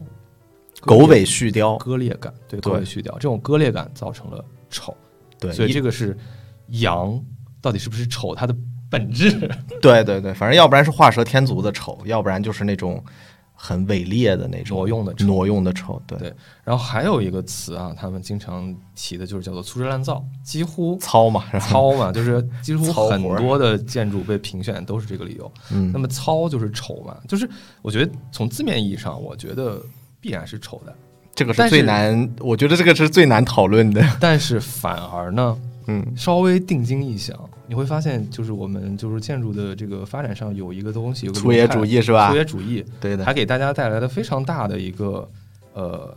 S2: 割
S3: 狗
S2: 裂
S3: 尾续貂，
S2: 割裂感，对
S3: 对
S2: 狗尾续貂这种割裂感造成了丑，
S3: 对，
S2: 所以
S3: 一
S2: 这个是羊到底是不是丑它的本质。
S3: 对对对，反正要不然是画蛇添足的丑，要不然就是那种很伪劣的那种
S2: 挪用的丑
S3: 挪用的丑，对，
S2: 对然后还有一个词啊，他们经常提的就是叫做粗制滥造，几乎
S3: 糙嘛，是吧
S2: 糙嘛，就是几乎
S3: 糙活儿
S2: 很多的建筑被评选都是这个理由。那
S3: 嗯，
S2: 么糙就是丑嘛，就是我觉得从字面意义上，我觉得必然是丑的，
S3: 这个是
S2: 但
S3: 最
S2: 是
S3: 难，我觉得这个是最难讨 论的，
S2: 但是反而呢，
S3: 嗯。
S2: 稍微定睛一想，你会发现，就是我们就是建筑的这个发展上有一个东西，有个
S3: 粗野
S2: 流派
S3: 主义是吧
S2: 粗野主义
S3: 对的
S2: 还给大家带来了非常大的一个呃，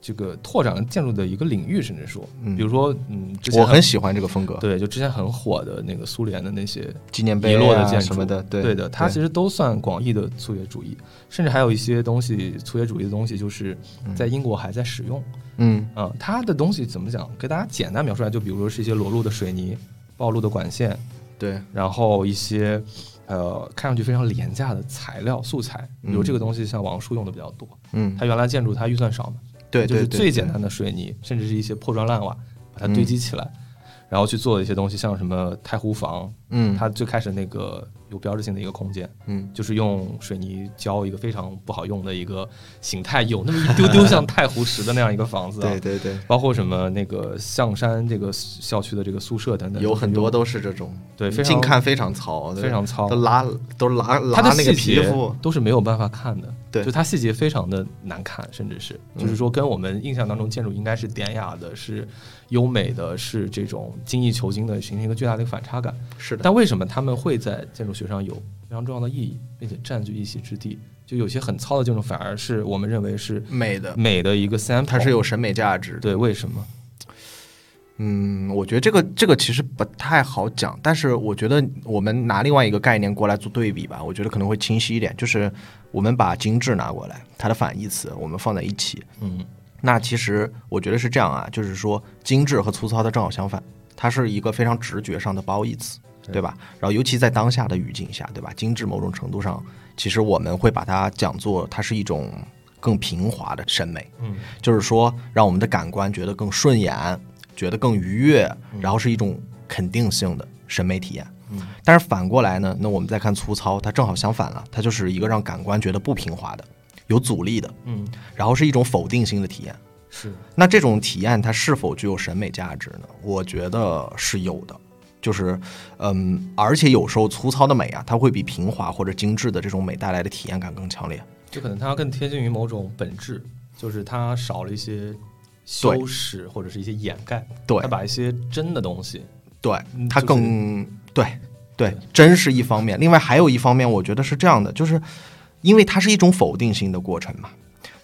S2: 这个拓展了建筑的一个领域，甚至说，
S3: 嗯
S2: 比如说，嗯，之前
S3: 我很喜欢这个风格，
S2: 对，就之前很火的那个苏联的那些
S3: 纪念碑
S2: 遗落
S3: 啊
S2: 的建筑
S3: 什么的，对
S2: 对的，它其实都算广义的粗野主义，甚至还有一些东西，粗野主义的东西就是在英国还在使用。
S3: 嗯
S2: 啊，它的东西怎么讲？给大家简单描述一下，就比如说是一些裸露的水泥、暴露的管线，
S3: 对
S2: 然后一些呃看上去非常廉价的材料素材，比如
S3: 嗯
S2: 这个东西像王叔用的比较多。
S3: 嗯
S2: 它原来建筑它预算少嘛，
S3: 对
S2: 就是
S3: 对嗯
S2: 最简
S3: 单
S2: 单的水泥，甚至是一些破砖烂瓦，把它堆积起来，然后去做一些东西，像什么太湖房，
S3: 嗯
S2: 它最开始那个有标志性的一个空间，
S3: 嗯
S2: 就是用水泥浇一个非常不好用的一个形态，有那么一丢丢像太湖石的那样一个房子、啊，
S3: 对对对，
S2: 包括什么那个象山这个校区的这个宿舍等等，
S3: 有很多
S2: 都
S3: 都是这种，
S2: 对
S3: 你
S2: 非常
S3: 近看非常糙，对
S2: 非常糙
S3: 都拉都拉
S2: 它
S3: 拉
S2: 的
S3: 那
S2: 细
S3: 个皮
S2: 节
S3: 肤，
S2: 都是没有办法看的，
S3: 对嗯
S2: 就它细节非常的难看，甚至是就是说跟我们印象当中建筑应该是典雅的、是优美的、是这种精益求精的，形成一个巨大的一个反差感。
S3: 是的，
S2: 但为什么他们会在建筑学上有非常重要的意义，并且占据一席之地？就有些很糙的建筑，反而是我们认为是
S3: 美的，
S2: 美的一个 sample，
S3: 它是有审美价值的。
S2: 对为什么？
S3: 嗯，我觉得这个这个其实不太好讲，但是我觉得我们拿另外一个概念过来做对比吧，我觉得可能会清晰一点。就是我们把精致拿过来，它的反义词我们放在一起，
S2: 嗯，
S3: 那其实我觉得是这样啊，就是说精致和粗糙它正好相反，它是一个非常直觉上的褒义词，对吧？然后尤其在当下的语境下，对吧？精致某种程度上，其实我们会把它讲作它是一种更平滑的审美，
S2: 嗯，
S3: 就是说让我们的感官觉得更顺眼，觉得更愉悦，然后是一种肯定性的审美体验。但是反过来呢，那我们再看粗糙，它正好相反了，它就是一个让感官觉得不平滑的、有阻力的，
S2: 嗯，
S3: 然后是一种否定性的体验。
S2: 是
S3: 那这种体验它是否具有审美价值呢？我觉得是有的，就是嗯，而且有时候粗糙的美啊，它会比平滑或者精致的这种美带来的体验感更强烈。
S2: 就可能它更贴近于某种本质，就是它少了一些修饰或者是一些掩盖，
S3: 对
S2: 它把一些真的东西，
S3: 对
S2: 嗯，
S3: 它
S2: 就是
S3: 更、对对，真是一方面。另外还有一方面，我觉得是这样的，就是因为它是一种否定性的过程嘛，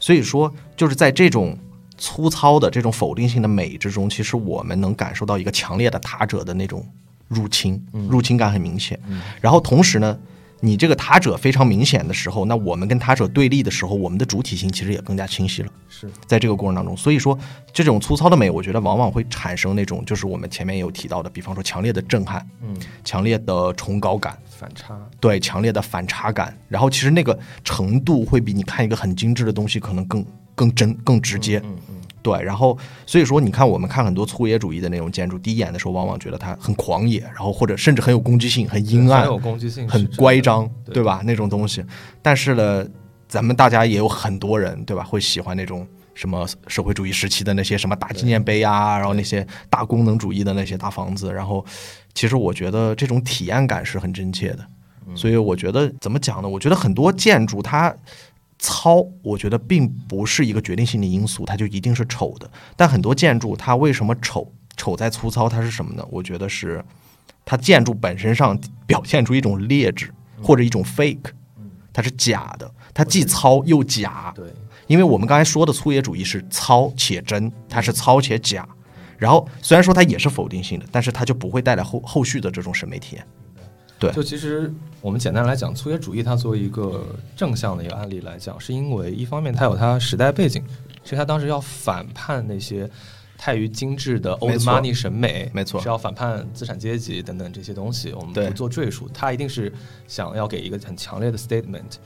S3: 所以说就是在这种粗糙的这种否定性的美之中，其实我们能感受到一个强烈的他者的那种入侵，
S2: 嗯
S3: 入侵感很明显。然后同时呢。你这个他者非常明显的时候，那我们跟他者对立的时候，我们的主体性其实也更加清晰了。
S2: 是
S3: 在这个过程当中，所以说这种粗糙的美，我觉得往往会产生那种就是我们前面有提到的，比方说强烈的震撼，
S2: 嗯，
S3: 强烈的崇高感，
S2: 反差，
S3: 对，强烈的反差感。然后其实那个程度会比你看一个很精致的东西可能更更真、更直接，
S2: 嗯嗯，
S3: 对，然后所以说你看我们看很多粗野主义的那种建筑，第一眼的时候往往觉得它很狂野，然后或者甚至很有攻击性、很阴
S2: 很
S3: 暗、
S2: 有攻击性，
S3: 很
S2: 是真的
S3: 乖张，
S2: 对
S3: 对吧？那种东西。但是呢，咱们大家也有很多人，对吧？会喜欢那种什么社会主义时期的那些什么大纪念碑啊，然后那些大功能主义的那些大房子。然后，其实我觉得这种体验感是很真切的。
S2: 嗯
S3: 所以我觉得怎么讲呢？我觉得很多建筑它。糙，我觉得并不是一个决定性的因素，它就一定是丑的。但很多建筑它为什么丑？丑在粗糙，它是什么呢？我觉得是它建筑本身上表现出一种劣质或者一种 fake，它是假的，它既糙又假。
S2: 对，
S3: 因为我们刚才说的粗野主义是糙且真，它是糙且假。然后虽然说它也是否定性的，但是它就不会带来后后续的这种审美体验。对
S2: 就其实我们简单来讲，粗野主义它作为一个正向的一个案例来讲，是因为一方面它有它时代背景，其实它当时要反叛那些太于精致的 old
S3: 没错
S2: money 审美，
S3: 没错
S2: 是要反叛资产阶级等等这些东西，我们
S3: 对
S2: 不做赘述。它一定是想要给一个很强烈的 statement。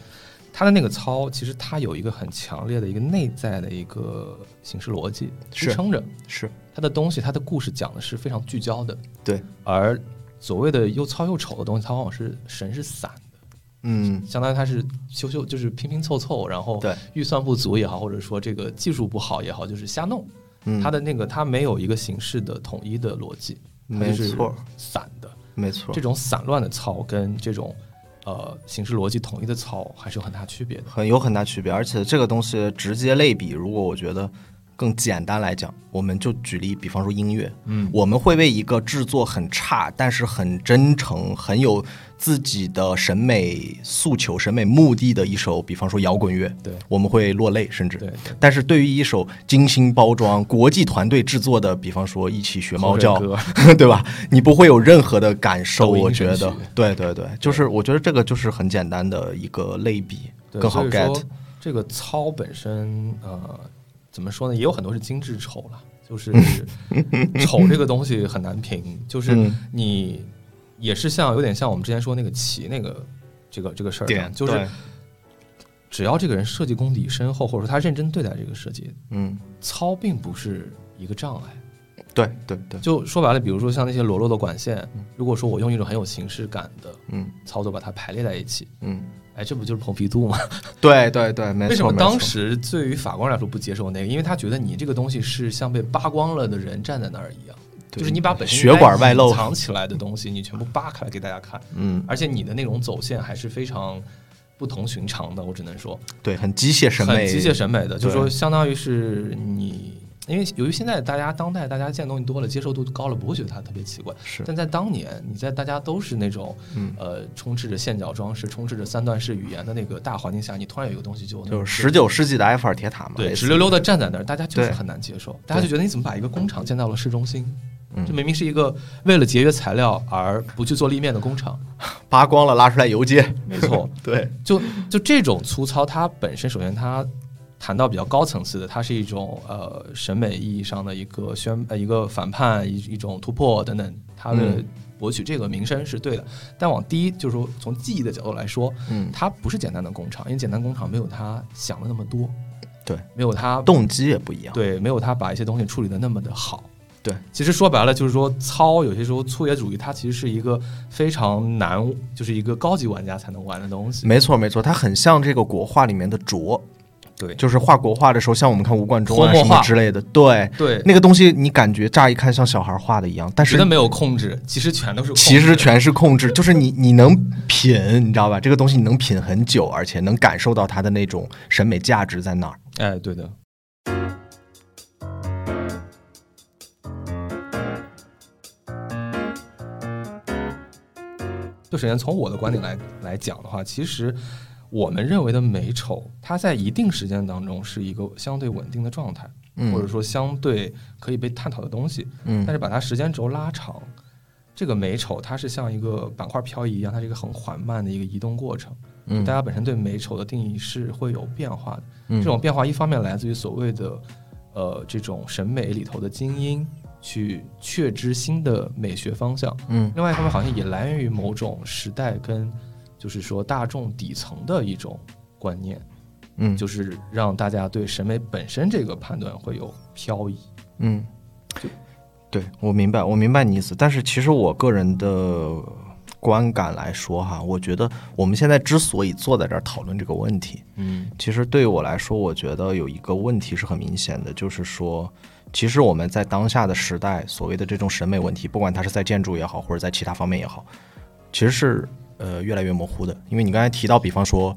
S2: 它的那个糙，其实它有一个很强烈的一个内在的一个形式逻辑支
S3: 是
S2: 撑着，
S3: 是
S2: 它的东西，它的故事讲的是非常聚焦的，
S3: 对，
S2: 而所谓的又糙又丑的东西，它往往是神是散的，
S3: 嗯，
S2: 相当于它是修修就是拼拼凑凑，然后
S3: 对
S2: 预算不足也好，或者说这个技术不好也好，就是瞎弄。
S3: 嗯
S2: 它的那个它没有一个形式的统一的逻辑，它
S3: 没
S2: 就是
S3: 错
S2: 散的。
S3: 没错
S2: 这，种散乱的糙跟这种呃形式逻辑统一的糙还是有很大区别的。
S3: 很有很大区别。而且这个东西直接类比，如果我觉得更简单来讲，我们就举例，比方说音乐，嗯，我们会为一个制作很差，但是很真诚、很有自己的审美诉求、审美目的的一首，比方说摇滚乐，
S2: 对
S3: 我们会落泪，甚至
S2: 对对
S3: 但是对于一首精心包装、国际团队制作的，比方说一起学猫叫
S2: 后人，
S3: 对吧？你不会有任何的感受，
S2: 抖音
S3: 我觉
S2: 神
S3: 得
S2: 曲，
S3: 对对对，就是我觉得这个就是很简单的一个类比，
S2: 对
S3: 更好
S2: 所以说
S3: get。
S2: 这个糙本身，呃，怎么说呢？也有很多是精致丑了，就是 丑这个东西很难评，就是
S3: 嗯
S2: 你也是像有点像我们之前说那个棋那个这个这个事儿上，就是
S3: 对
S2: 只要这个人设计功底深厚，或者说他认真对待这个设计，
S3: 嗯，
S2: 糙并不是一个障碍。
S3: 对对对，
S2: 就说白了，比如说像那些裸露的管线，如果说我用一种很有形式感的
S3: 嗯
S2: 操作把它排列在一起，
S3: 嗯，
S2: 哎，这不就是蓬皮杜吗？
S3: 对对对，没错。
S2: 为什么
S3: 没
S2: 当
S3: 错
S2: 时对于法官来说不接受那个？因为他觉得你这个东西是像被扒光了的人站在那儿一样，
S3: 对
S2: 就是你把本身
S3: 血管外
S2: 应
S3: 露
S2: 该隐藏起来的东西，你全部扒开来给大家看，
S3: 嗯，
S2: 而且你的那种走线还是非常不同寻常的。我只能说，
S3: 对，很机械审
S2: 很
S3: 美，
S2: 机械审美的，
S3: 对
S2: 就是说相当于是你。因为由于现在大家当代大家见的东西多了，接受度高了，不会觉得它特别奇怪。
S3: 是
S2: 但在当年，你在大家都是那种、
S3: 嗯
S2: 呃充斥着线脚装饰、充斥着三段式语言的那个大环境下，你突然有一个东西就能
S3: 就是十九世纪的埃菲尔铁塔嘛，
S2: 对，
S3: 类似
S2: 直溜溜的站在那儿，大家就是
S3: 对
S2: 很难接受，大家就觉得你怎么把一个工厂建到了市中心？
S3: 嗯
S2: 这明明是一个为了节约材料而不去做立面的工厂，
S3: 扒光了拉出来游街，
S2: 没错。
S3: 对，
S2: 就就这种粗糙，它本身首先它谈到比较高层次的，它是一种呃审美意义上的一个宣呃一个反叛一一种突破等等，它为了
S3: 嗯
S2: 博取这个名声是对的。但往低就是说从技艺的角度来说，
S3: 嗯，
S2: 它不是简单的工厂，因为简单工厂没有他想的那么多，
S3: 对，
S2: 没有他
S3: 动机也不一样，
S2: 对，没有他把一些东西处理的那么的好。
S3: 对，
S2: 其实说白了就是说，糙有些时候粗野主义，它其实是一个非常难，就是一个高级玩家才能玩的东西。
S3: 没错没错，它很像这个国画里面的拙，
S2: 对
S3: 就是画国画的时候，像我们看吴冠中啊
S2: 泼墨
S3: 什么
S2: 画
S3: 之类的，对，
S2: 对，
S3: 那个东西你感觉乍一看像小孩画的一样，但
S2: 觉
S3: 是
S2: 得没有控制，其实全都是控制
S3: 其实全是控制，就是你你能品，你知道吧？这个东西你能品很久，而且能感受到它的那种审美价值在哪儿。
S2: 哎，对的。就首先从我的观点来来讲的话，其实我们认为的美丑，它在一定时间当中是一个相对稳定的状态，
S3: 嗯
S2: 或者说相对可以被探讨的东西。
S3: 嗯
S2: 但是把它时间轴拉长，这个美丑它是像一个板块漂移一样，它是一个很缓慢的一个移动过程。
S3: 嗯
S2: 大家本身对美丑的定义是会有变化的。
S3: 嗯
S2: 这种变化一方面来自于所谓的呃这种审美里头的精英去确知新的美学方向，
S3: 嗯
S2: 另外一方面好像也来源于某种时代跟就是说大众底层的一种观念。
S3: 嗯
S2: 就是让大家对审美本身这个判断会有漂移。
S3: 嗯，对，我明白，我明白你意思。但是其实我个人的观感来说哈，我觉得我们现在之所以坐在这儿讨论这个问题，
S4: 嗯
S3: 其实对我来说，我觉得有一个问题是很明显的，就是说，其实我们在当下的时代，所谓的这种审美问题，不管它是在建筑也好，或者在其他方面也好，其实是呃越来越模糊的。因为你刚才提到，比方说，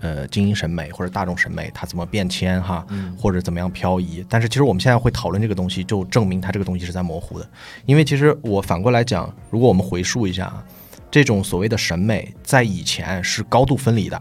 S3: 呃，精英审美或者大众审美，它怎么变迁哈，或者怎么样漂移。但是其实我们现在会讨论这个东西，就证明它这个东西是在模糊的。因为其实我反过来讲，如果我们回溯一下啊，这种所谓的审美在以前是高度分离的。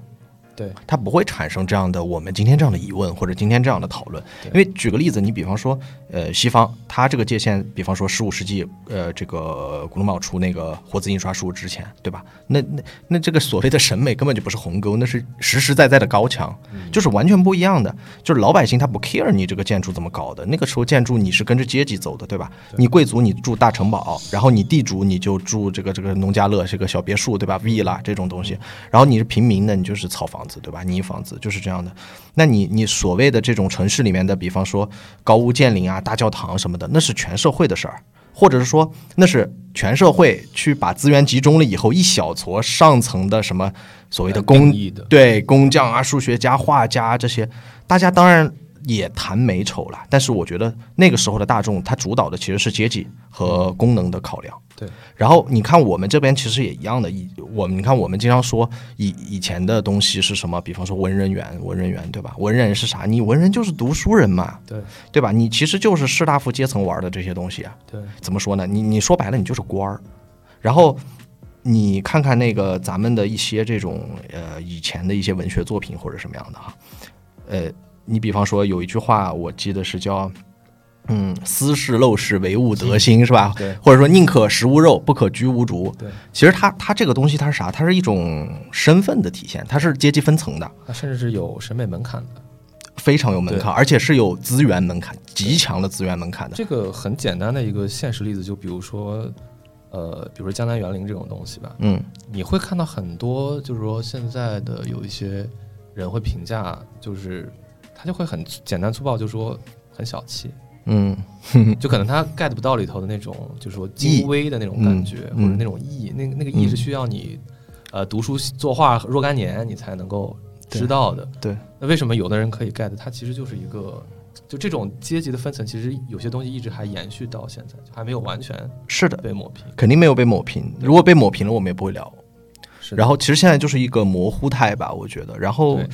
S2: 对，
S3: 它不会产生这样的我们今天这样的疑问或者今天这样的讨论。因为举个例子，你比方说，呃，西方它这个界限，比方说十五世纪，呃，这个古鲁卯出那个活字印刷术之前，对吧？那那那这个所谓的审美根本就不是鸿沟，那是实实在在的高墙，就是完全不一样的。就是老百姓他不 care 你这个建筑怎么搞的，那个时候建筑你是跟着阶级走的，对吧？你贵族你住大城堡，然后你地主你就住这个这个农家乐，这个小别墅，对吧？villa 这种东西，然后你是平民的，你就是草房子，对吧？泥房子就是这样的。那你你所谓的这种城市里面的，比方说高屋建瓴啊、大教堂什么的，那是全社会的事儿，或者是说那是全社会去把资源集中了以后，一小撮上层的什么所谓的工
S2: 定义的
S3: 对工匠啊、数学家、画家这些，大家当然也谈美丑了，但是我觉得那个时候的大众，它主导的其实是阶级和功能的考量。
S2: 对，
S3: 然后你看我们这边其实也一样的，以我们你看我们经常说以以前的东西是什么？比方说文人园，文人园对吧？文人是啥？你文人就是读书人嘛，
S2: 对，
S3: 对吧？你其实就是士大夫阶层玩的这些东西啊。
S2: 对，
S3: 怎么说呢？你你说白了，你就是官儿。然后你看看那个咱们的一些这种呃以前的一些文学作品或者什么样的哈，呃，你比方说有一句话，我记得是叫。嗯，斯是陋室，惟吾德馨，是吧？
S2: 对
S3: 或者说宁可食无肉，不可居无竹。
S2: 对，
S3: 其实它它这个东西它是啥？它是一种身份的体现，它是阶级分层的，
S2: 它甚至是有审美门槛的。
S3: 非常有门槛，
S2: 对
S3: 而且是有资源门槛，极强的资源门槛的。
S2: 这个很简单的一个现实例子，就比如说，呃，比如说江南园林这种东西吧，
S3: 嗯
S2: 你会看到很多，就是说现在的有一些人会评价，就是他就会很简单粗暴，就说很小气，
S3: 嗯
S2: 就可能他 get 不到里头的那种，就是说
S3: 意
S2: 精微的那种感觉，
S3: 嗯
S2: 或者那种意，那个那个意
S3: 嗯
S2: 是需要你，呃，读书作画若干年你才能够知道的。
S3: 对对
S2: 那为什么有的人可以 get？它其实就是一个，就这种阶级的分层，其实有些东西一直还延续到现在，就还没有完全
S3: 是的，
S2: 被抹平。
S3: 肯定没有被抹平。如果被抹平了，我们也不会聊。
S2: 是的
S3: 然后其实现在就是一个模糊态吧，我觉得。然后
S2: 对，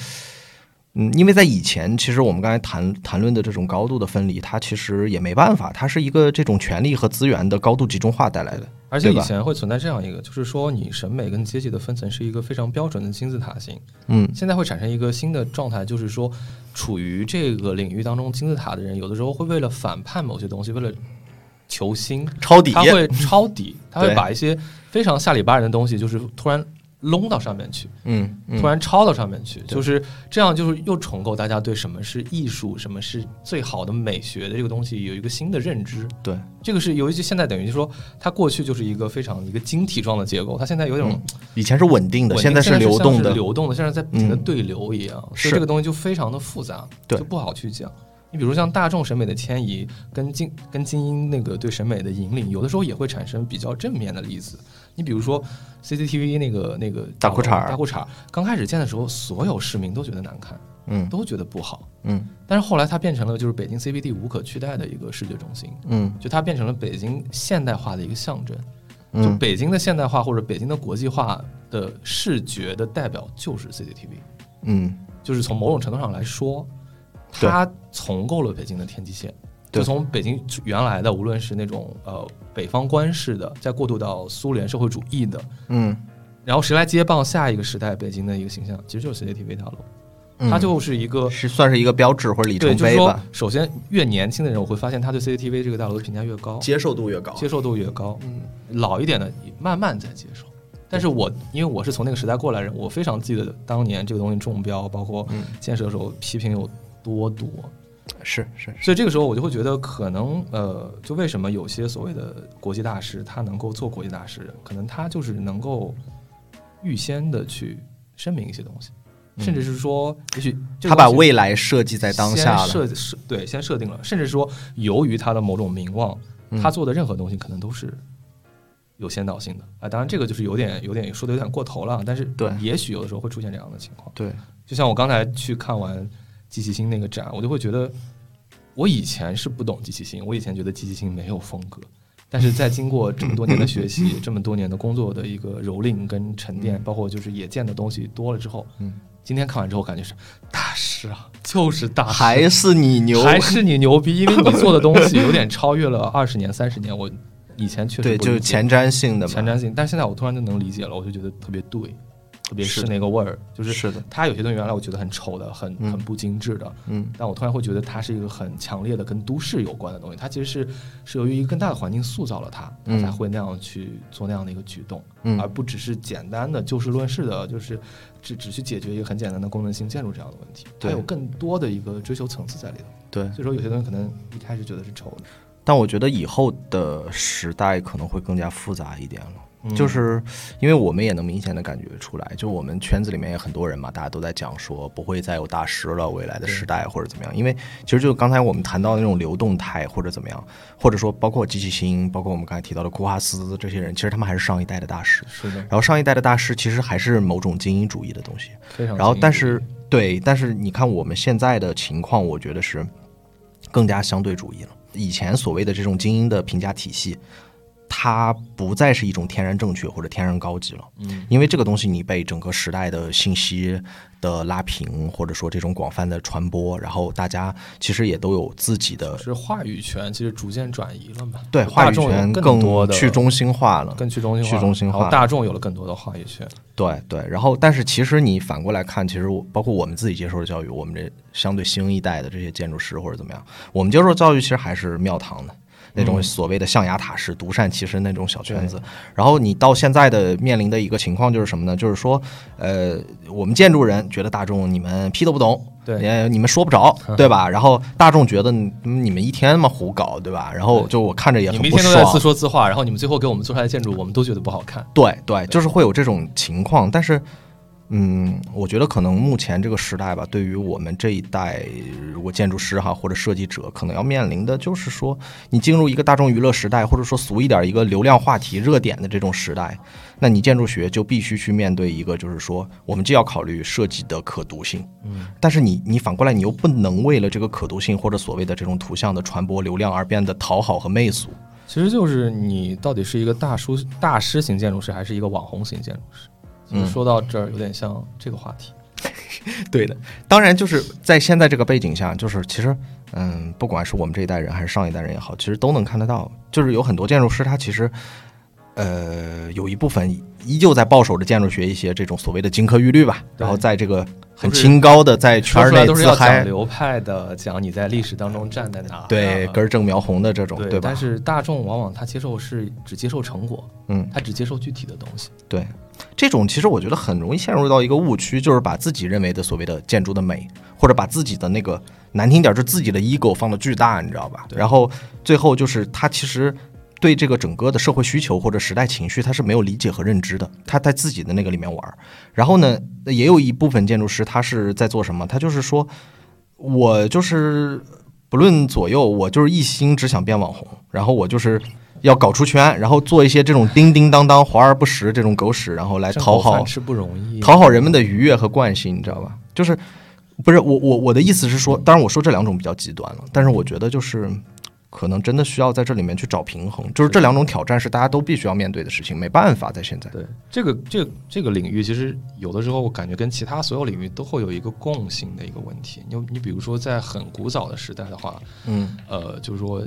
S3: 嗯，因为在以前，其实我们刚才谈谈论的这种高度的分离，它其实也没办法，它是一个这种权力和资源的高度集中化带来的。
S2: 而且
S3: 对
S2: 以
S3: 吧
S2: 前会存在这样一个，就是说你审美跟阶级的分层是一个非常标准的金字塔型。
S3: 嗯
S2: 现在会产生一个新的状态，就是说，处于这个领域当中金字塔的人，有的时候会为了反叛某些东西，为了求新，
S3: 抄底
S2: 他会抄底，他会
S3: 对
S2: 把一些非常下里巴人的东西，就是突然拢到上面去，
S3: 嗯嗯
S2: 突然抄到上面去，就是这样，就是又重构大家对什么是艺术，什么是最好的美学的这个东西有一个新的认知。
S3: 对
S2: 这个是由于现在等于说，它过去就是一个非常一个晶体状的结构，它现在有一种
S3: 嗯以前是稳定的，
S2: 稳定
S3: 现在是
S2: 像
S3: 流动的。
S2: 流动的，像是在不停的
S3: 嗯
S2: 对流一样，所
S3: 是
S2: 以这个东西就非常的复杂，
S3: 对
S2: 就不好去讲。你比如像大众审美的迁移，跟精跟精英那个对审美的引领，有的时候也会产生比较正面的例子。你比如说 CCTV 那个那个
S3: 大裤衩儿
S2: 大裤衩儿刚开始建的时候，所有市民都觉得难看，
S3: 嗯
S2: 都觉得不好，
S3: 嗯
S2: 但是后来它变成了就是北京 CBD 无可取代的一个视觉中心，
S3: 嗯
S2: 就它变成了北京现代化的一个象征。就
S3: 嗯，
S2: 北京的现代化或者北京的国际化的视觉的代表就是 CCTV，
S3: 嗯
S2: 就是从某种程度上来说，
S3: 对
S2: 它重构了北京的天际线。
S3: 对
S2: 就从北京原来的，无论是那种呃北方官式的，再过渡到苏联社会主义的，
S3: 嗯，
S2: 然后谁来接棒下一个时代北京的一个形象，其实就是 CCTV 大楼，
S3: 嗯
S2: 它就是一个
S3: 是算是一个标志或者里
S2: 对，
S3: 程
S2: 就是
S3: 碑
S2: 说
S3: 吧，，
S2: 首先越年轻的人，我会发现他对 CCTV 这个大楼的评价越高，
S4: 接受度越高
S2: 接受度越高，
S3: 嗯
S2: 老一点的慢慢在接受。但是我因为我是从那个时代过来人，我非常记得当年这个东西中标，包括
S3: 嗯
S2: 建设的时候批评有多多，
S3: 是是是，
S2: 所以这个时候我就会觉得，可能呃，就为什么有些所谓的国际大师，他能够做国际大师，可能他就是能够预先的去声明一些东西，甚至是说，也许这
S3: 嗯他
S2: 个
S3: 把
S2: 东西
S3: 未来设计在当下
S2: 先
S3: 了，
S2: 设设对，先设定了，甚至说由于他的某种名望，
S3: 嗯
S2: 他做的任何东西可能都是有先导性的啊。当然，这个就是有点有点说的有点过头了，啊但是
S3: 对
S2: 也许有的时候会出现这样的情况。
S3: 对，
S2: 就像我刚才去看完机器星那个展，我就会觉得，我以前是不懂机器星，我以前觉得机器星没有风 格，但是在经过这么多年的学习，这么多年的工作的一个蹂躏跟沉淀，包括就是也见的东西多了之后，
S3: 嗯，
S2: 今天看完之后感觉是大师啊，就是大师，
S3: 还是你牛，
S2: 还是你牛逼，因为你做的东西有点超越了二十年、三十年，我以前确实
S3: 对，
S2: 不
S3: 就是
S2: 理解
S3: 前瞻性的嘛，
S2: 前瞻性，但现在我突然就能理解了，我就觉得特别对，特别是
S3: 是的
S2: 那个味儿，就是啊
S3: 是的，
S2: 它有些东西原来我觉得很丑的、很
S3: 嗯
S2: 很不精致的，
S3: 嗯，
S2: 但我突然会觉得它是一个很强烈的跟都市有关的东西。它其实是是由于一个更大的环境塑造了它，它
S3: 嗯
S2: 才会那样去做那样的一个举动，
S3: 嗯
S2: 而不只是简单的就事论事的，就是只只去解决一个很简单的功能性建筑这样的问题。它
S3: 对
S2: 有更多的一个追求层次在里头。
S3: 对。
S2: 所以说有些东西可能一开始觉得是丑的，
S3: 但我觉得以后的时代可能会更加复杂一点了。
S2: 嗯
S3: 就是因为我们也能明显的感觉出来，就我们圈子里面也很多人嘛，大家都在讲说不会再有大师了，未来的时代或者怎么样。因为其实就刚才我们谈到的那种流动态或者怎么样，或者说包括机器星，包括我们刚才提到的库哈斯这些人，其实他们还是上一代的大师。
S2: 是的
S3: 然，后上一代的大师其实还是某种精英主义的东西，
S2: 非常。
S3: 然后，但是对，但是你看我们现在的情况，我觉得是更加相对主义了。以前所谓的这种精英的评价体系，它不再是一种天然正确或者天然高级了。
S2: 嗯，
S3: 因为这个东西你被整个时代的信息的拉平，或者说这种广泛的传播，然后大家其实也都有自己的
S2: 是话语权其实逐渐转移了嘛，
S3: 对
S2: 就
S3: 话
S2: 大
S3: 语
S2: 众有
S3: 权
S2: 更多的
S3: 去中心化了，
S2: 更去中心化，
S3: 去中心化
S2: 然后大众有了更多的话语权，
S3: 对对，然后但是其实你反过来看，其实我包括我们自己接受的教育，我们这相对新一代的这些建筑师或者怎么样，我们接受的教育其实还是庙堂的那种所谓的象牙塔式、独善其身那种小圈子。然后你到现在的面临的一个情况就是什么呢？就是说，呃，我们建筑人觉得大众你们屁都不懂，
S2: 对
S3: 也你们说不着，对吧？然后大众觉得你你们一天嘛胡搞，对吧？然后就我看着也
S2: 你
S3: 很
S2: 们一
S3: 不
S2: 天都在
S3: 爽
S2: 自。说自话，然后你们最后给我们做出来的建筑，我们都觉得不好看。
S3: 对对，就是会有这种情况，但是。嗯，我觉得可能目前这个时代吧，对于我们这一代，如果建筑师哈或者设计者，可能要面临的就是说，你进入一个大众娱乐时代，或者说俗一点一个流量话题热点的这种时代，那你建筑学就必须去面对一个，就是说，我们既要考虑设计的可读性，嗯，但是你你反过来，你又不能为了这个可读性或者所谓的这种图像的传播流量而变得讨好和媚俗，
S2: 其实就是你到底是一个大叔大师型建筑师，还是一个网红型建筑师？其实
S3: 嗯
S2: 说到这儿，有点像这个话题。
S3: 对的，当然就是在现在这个背景下，就是其实，嗯，不管是我们这一代人还是上一代人也好，其实都能看得到，就是有很多建筑师他其实，呃，有一部分依旧在保守着建筑学一些这种所谓的金科玉律吧，然后在这个很清高的在圈
S2: 说
S3: 儿
S2: 出来
S3: 内
S2: 都是
S3: 自
S2: 要讲
S3: 嗨，
S2: 流派的，讲你在历史当中站在哪儿啊。
S3: 对根正苗红的这种，
S2: 对，
S3: 吧
S2: 但？是大众往往他接受是只接受成果，
S3: 嗯，
S2: 他只接受具体的东西。
S3: 对，这种其实我觉得很容易陷入到一个误区，就是把自己认为的所谓的建筑的美，或者把自己的那个难听点儿，就自己的 ego 放的巨大，你知道吧？
S2: 对
S3: 然后最后就是他其实。对这个整个的社会需求或者时代情绪，他是没有理解和认知的，他在自己的那个里面玩儿。然后呢，也有一部分建筑师，他是在做什么？他就是说，我就是不论左右，我就是一心只想变网红，然后我就是要搞出圈，然后做一些这种叮叮当当、华而不实这种狗屎，然后来
S2: 挣
S3: 讨
S2: 口
S3: 好
S2: 饭吃不容易，
S3: 讨好人们的愉悦和惯性，你知道吧？就是不是我我我的意思是说，当然我说这两种比较极端了，但是我觉得就是。可能真的需要在这里面去找平衡，就是这两种挑战是大家都必须要面对的事情，没办法，在现在。
S2: 对这个这个这个领域，其实有的时候我感觉跟其他所有领域都会有一个共性的一个问题。你你比如说，在很古早的时代的话，
S3: 嗯，
S2: 呃，就是说，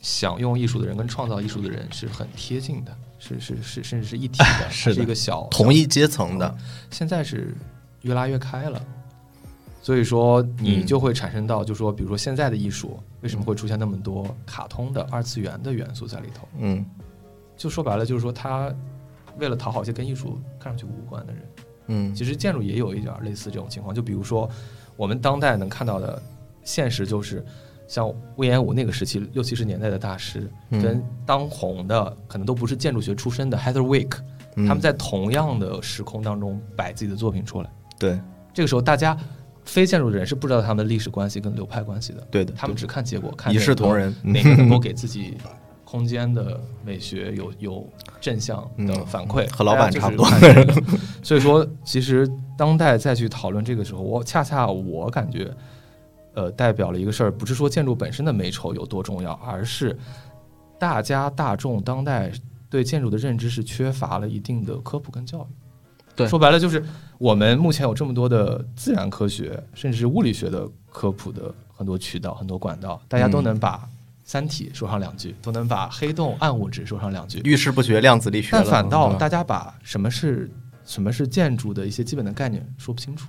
S2: 想用艺术的人跟创造艺术的人是很贴近的，是是是，甚至是一体的，
S3: 是的
S2: 是一个小
S3: 同一阶层的，
S2: 现在是越拉越开了，嗯所以说你就会产生到，就说比如说现在的艺术为什么会出现那么多卡通的二次元的元素在里头？
S3: 嗯
S2: 就说白了，就是说他为了讨好一些跟艺术看上去无关的人。
S3: 嗯
S2: 其实建筑也有一点类似这种情况，就比如说我们当代能看到的现实就是。像魏延武那个时期，六七十年代的大师，
S3: 嗯
S2: 跟当红的可能都不是建筑学出身的 Heather Wick，、
S3: 嗯
S2: 他们在同样的时空当中摆自己的作品出来。
S3: 对
S2: 这个时候大家非建筑的人是不知道他们的历史关系跟流派关系的，
S3: 对的，
S2: 他们
S3: 对
S2: 只看结果，看
S3: 一
S2: 哪
S3: 视
S2: 个
S3: 同仁
S2: 哪个能够给自己空间的美学有有正向的
S3: 嗯
S2: 反馈，
S3: 和老
S2: 大
S3: 板
S2: 家
S3: 差不多
S2: 就是看这个。所以说，其实当代再去讨论这个时候，我恰恰我感觉，呃，代表了一个事儿，不是说建筑本身的美丑有多重要，而是大家大众当代对建筑的认知是缺乏了一定的科普跟教育。
S3: 对
S2: 说白了就是我们目前有这么多的自然科学，甚至是物理学的科普的很多渠道、很多管道，大家都
S3: 嗯
S2: 能把《三体》说上两句，都能把黑洞、暗物质说上两句，
S3: 遇事不决，量子力学了
S2: 但反倒
S3: 嗯
S2: 大家把什么是什么是建筑的一些基本的概念说不清楚。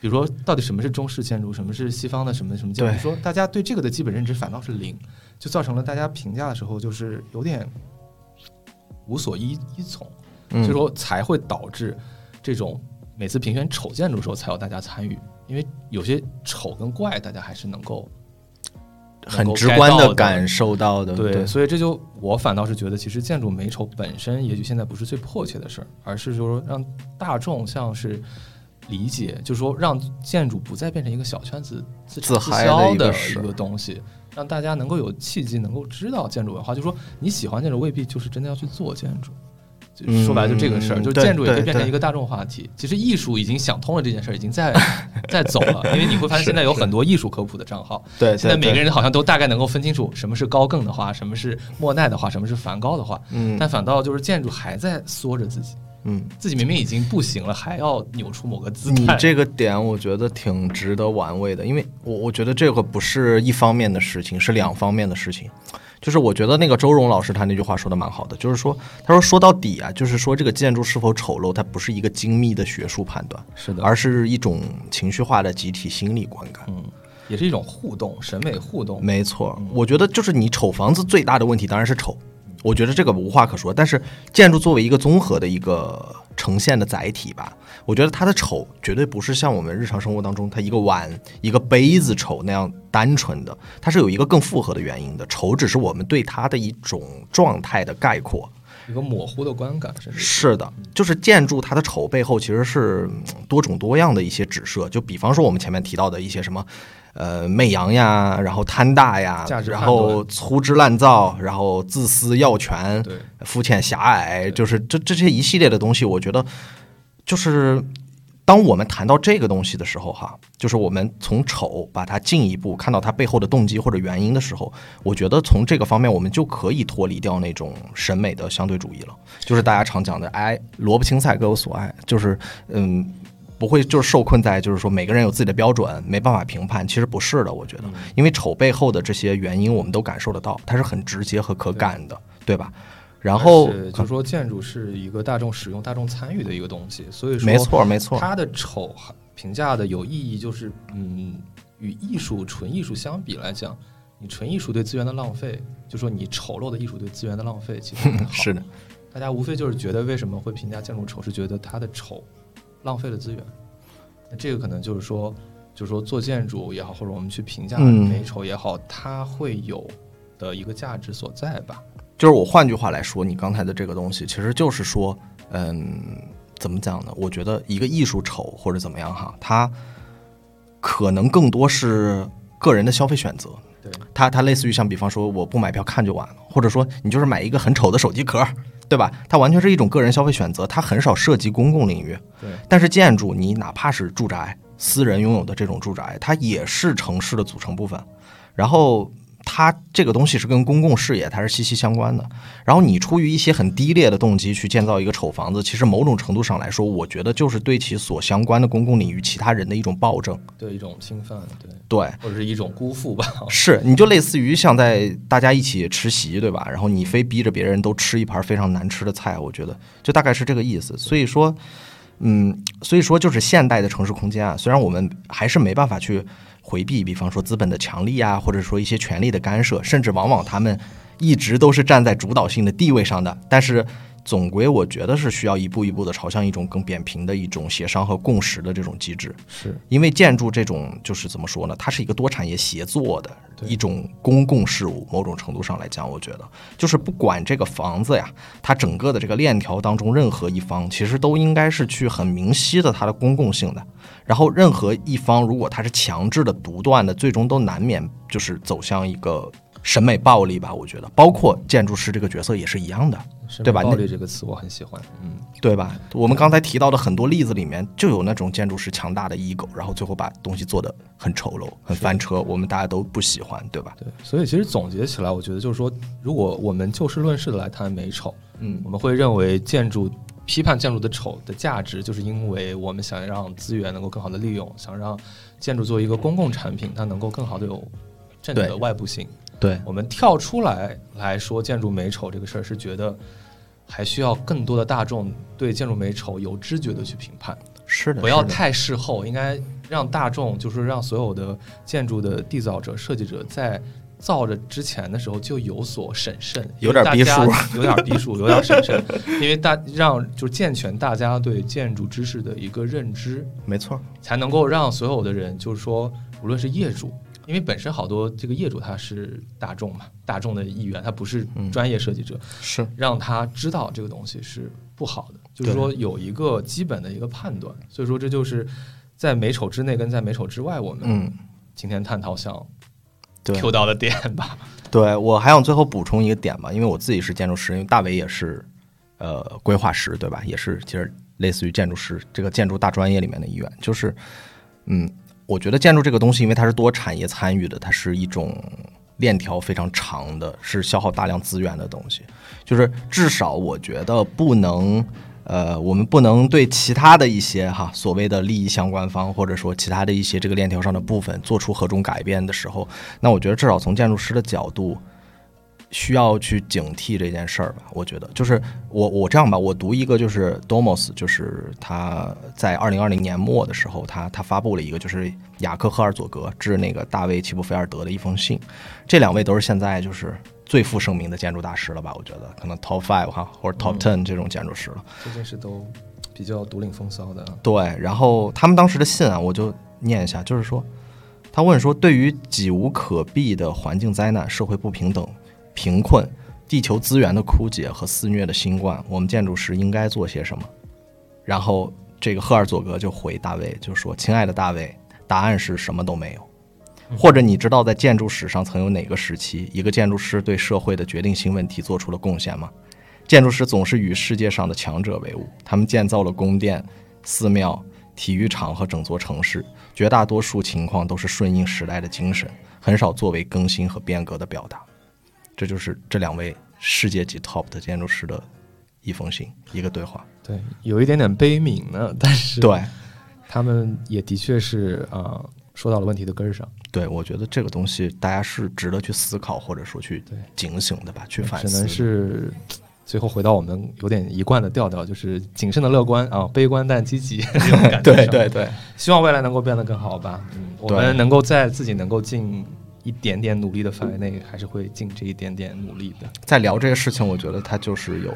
S2: 比如说，到底什么是中式建筑，什么是西方的什么什么建筑？
S3: 对
S2: 说大家对这个的基本认知反倒是零，就造成了大家评价的时候就是有点无所依依从。
S3: 嗯
S2: 所以说才会导致这种每次评选丑建筑的时候才有大家参与，因为有些丑跟怪大家还是能够
S3: 很直
S2: 能
S3: 观
S2: 够 get
S3: 的
S2: 到
S3: 感受到的，
S2: 对，所以这就我反倒是觉得，其实建筑美丑本身也许现在不是最迫切的事儿，而是说让大众像是。理解就是说，让建筑不再变成一个小圈子自
S3: 自
S2: 产自
S3: 嗨
S2: 销
S3: 的一个
S2: 的
S3: 事
S2: 一个东西，让大家能够有契机，能够知道建筑文化。就是说，你喜欢建筑，未必就是真的要去做建筑。就
S3: 嗯
S2: 说白了就这个事儿，就
S3: 对
S2: 建筑也可以
S3: 对
S2: 变成
S3: 对
S2: 一个大众话题。其实艺术已经想通了这件事儿，已经 在在走了，因为你会发现现在有很多艺术科普的账号，
S3: 对，
S2: 现在
S3: 对
S2: 每个
S3: 对
S2: 人好像都大概能够分清楚什么是高更的画，什么是莫奈的画，什么是梵高的画。
S3: 嗯
S2: 但反倒就是建筑还在缩着自己，
S3: 嗯，
S2: 自己明明已经不行了，还要扭出某个姿
S3: 你
S2: 态。
S3: 这个点我觉得挺值得玩味的，因为我我觉得这个不是一方面的事情，是两方面的事情。就是我觉得那个周荣老师他那句话说的蛮好的，就是说他说说到底啊，就是说这个建筑是否丑陋，它不是一个精密的学术判断，
S2: 是的，
S3: 而是一种情绪化的集体心理观感。
S2: 嗯，也是一种互动，审美互动。
S3: 没错，我觉得就是你丑房子最大的问题当然是丑，我觉得这个无话可说。但是建筑作为一个综合的一个呈现的载体吧，我觉得它的丑绝对不是像我们日常生活当中它一个碗、一个杯子丑那样单纯的，它是有一个更复合的原因的。丑只是我们对它的一种状态的概括。
S2: 一个模糊的观感，甚至
S3: 是的，就是建筑它的丑背后其实是嗯多种多样的一些指涉，就比方说我们前面提到的一些什么。呃，媚洋呀，然后贪大呀
S2: 价，值
S3: 然
S2: 判断
S3: 后粗制滥造，然后自私要权，
S2: 对
S3: 肤浅狭隘，就是这这些一系列的东西，我觉得就是当我们谈到这个东西的时候，哈，就是我们从丑把它进一步看到它背后的动机或者原因的时候，我觉得从这个方面我们就可以脱离掉那种审美的相对主义了，就是大家常讲的“哎，萝卜青菜各有所爱”，就是嗯。不会就是受困在就是说每个人有自己的标准，没办法评判。其实不是的，我觉
S2: 嗯
S3: 得，因为丑背后的这些原因我们都感受得到，它是很直接和可感的，对吧？然后
S2: 而且就是说，建筑是一个大众使用、大众参与的一个东西，所以说
S3: 没错，没错，
S2: 它的丑评价的有意义就是，嗯，与艺术纯艺术相比来讲，你纯艺术对资源的浪费，就说你丑陋的艺术对资源的浪费，其实很好
S3: 是的，
S2: 大家无非就是觉得为什么会评价建筑丑，是觉得它的丑浪费了资源。那这个可能就是说，就是说做建筑也好，或者我们去评价
S3: 嗯
S2: 美丑也好，它会有的一个价值所在吧。
S3: 就是我换句话来说，你刚才的这个东西，其实就是说，嗯，怎么讲呢？我觉得一个艺术丑或者怎么样哈，它可能更多是个人的消费选择。
S2: 对，
S3: 它它类似于像比方说我不买票看就完了，或者说你就是买一个很丑的手机壳，对吧？它完全是一种个人消费选择，它很少涉及公共领域。
S2: 对，
S3: 但是建筑，你哪怕是住宅，私人拥有的这种住宅，它也是城市的组成部分。然后它这个东西是跟公共视野它是息息相关的。然后你出于一些很低劣的动机去建造一个丑房子，其实某种程度上来说，我觉得就是对其所相关的公共领域其他人的一种暴政。
S2: 对一种侵犯，对，
S3: 对，
S2: 或者是一种辜负吧。
S3: 是，你就类似于像在大家一起吃席，对吧？然后你非逼着别人都吃一盘非常难吃的菜，我觉得就大概是这个意思。所以说，嗯，所以说就是现代的城市空间啊，虽然我们还是没办法去回避，比方说资本的强力啊，或者说一些权力的干涉，甚至往往他们一直都是站在主导性的地位上的，但是总归我觉得是需要一步一步的朝向一种更扁平的一种协商和共识的这种机制，
S2: 是
S3: 因为建筑这种就是怎么说呢，它是一个多产业协作的
S2: 对
S3: 一种公共事务，某种程度上来讲，我觉得就是不管这个房子呀，它整个的这个链条当中任何一方，其实都应该是去很明晰的它的公共性的。然后任何一方如果它是强制的独断的，最终都难免就是走向一个审美暴力吧。我觉得，包括建筑师这个角色也是一样的，对吧
S2: 审美暴
S3: 那
S2: 力这个词我很喜欢，
S3: 对吧？我们刚才提到的很多例子里面，就有那种建筑师强大的 ego，然后最后把东西做得很丑陋、很翻车，我们大家都不喜欢，对吧？
S2: 对，所以其实总结起来，我觉得就是说，如果我们就事论事的来谈美丑，
S3: 嗯
S2: 我们会认为建筑批判建筑的丑的价值，就是因为我们想让资源能够更好的利用，想让建筑作为一个公共产品，它能够更好的有正
S3: 对
S2: 的外部性。
S3: 对
S2: 我们跳出来来说建筑美丑这个事儿，是觉得还需要更多的大众对建筑美丑有知觉的去评判。
S3: 是的，
S2: 不要
S3: 是的
S2: 太事后，应该让大众，就是让所有的建筑的缔造者、设计者在。造着之前的时候就有所审慎，
S3: 有点逼数
S2: 因为大家 有点逼数，有点审慎，因为大让就是健全大家对建筑知识的一个认知，
S3: 没错，
S2: 才能够让所有的人，就是说，无论是业主，因为本身好多这个业主他是大众嘛，大众的一员，他不是
S3: 嗯
S2: 专业设计者，
S3: 是
S2: 让他知道这个东西是不好的，就是说有一个基本的一个判断。所以说，这就是在美丑之内跟在美丑之外，我们
S3: 嗯，
S2: 今天探讨想
S3: 对
S2: Q 到的点 吧。
S3: 嗯对我还想最后补充一个点吧，因为我自己是建筑师，因为大伟也是呃规划师，对吧？也是其实类似于建筑师这个建筑大专业里面的一员，就是嗯，我觉得建筑这个东西，因为它是多产业参与的，它是一种链条非常长的，是消耗大量资源的东西。就是至少我觉得不能，呃，我们不能对其他的一些哈所谓的利益相关方，或者说其他的一些这个链条上的部分做出何种改变的时候，那我觉得至少从建筑师的角度。需要去警惕这件事儿吧，我觉得就是我我这样吧，我读一个就是 Domos，就是他在二零二零年末的时候，他他发布了一个就是雅克赫尔佐格致那个大卫齐布菲尔德的一封信，这两位都是现在就是最负盛名的建筑大师了吧？我觉得可能 top five 哈或者 top ten 这种建筑师了。
S2: 最近是都比较独领风骚的啊，
S3: 对，然后他们当时的信啊，我就念一下，就是说，他问说，对于几无可避的环境灾难、社会不平等、贫困、地球资源的枯竭和肆虐的新冠，我们建筑师应该做些什么？然后这个赫尔佐格就回大卫，就说：“亲爱的大卫，答案是什么都没有。”或者你知道在建筑史上曾有哪个时期，一个建筑师对社会的决定性问题做出了贡献吗？建筑师总是与世界上的强者为伍，他们建造了宫殿、寺庙、体育场和整座城市，绝大多数情况都是顺应时代的精神，很少作为更新和变革的表达。这就是这两位世界级 top 的建筑师的一封信，一个对话。
S2: 对，有一点点悲悯呢，但是
S3: 对，
S2: 他们也的确是啊、说到了问题的根儿上，
S3: 对，我觉得这个东西大家是值得去思考，或者说去警醒的吧，去反
S2: 哎只
S3: 思
S2: 能。是。最后回到我们有点一贯的调调，就是谨慎的乐观啊，悲观但积 极。这种感觉
S3: 对
S2: 上
S3: 对对，
S2: 希望未来能够变得更好吧。嗯，我
S3: 对
S2: 们能够在自己能够尽一点点努力的范围内，还是会尽这一点点努力的。
S3: 在聊这个事情，我觉得它就是有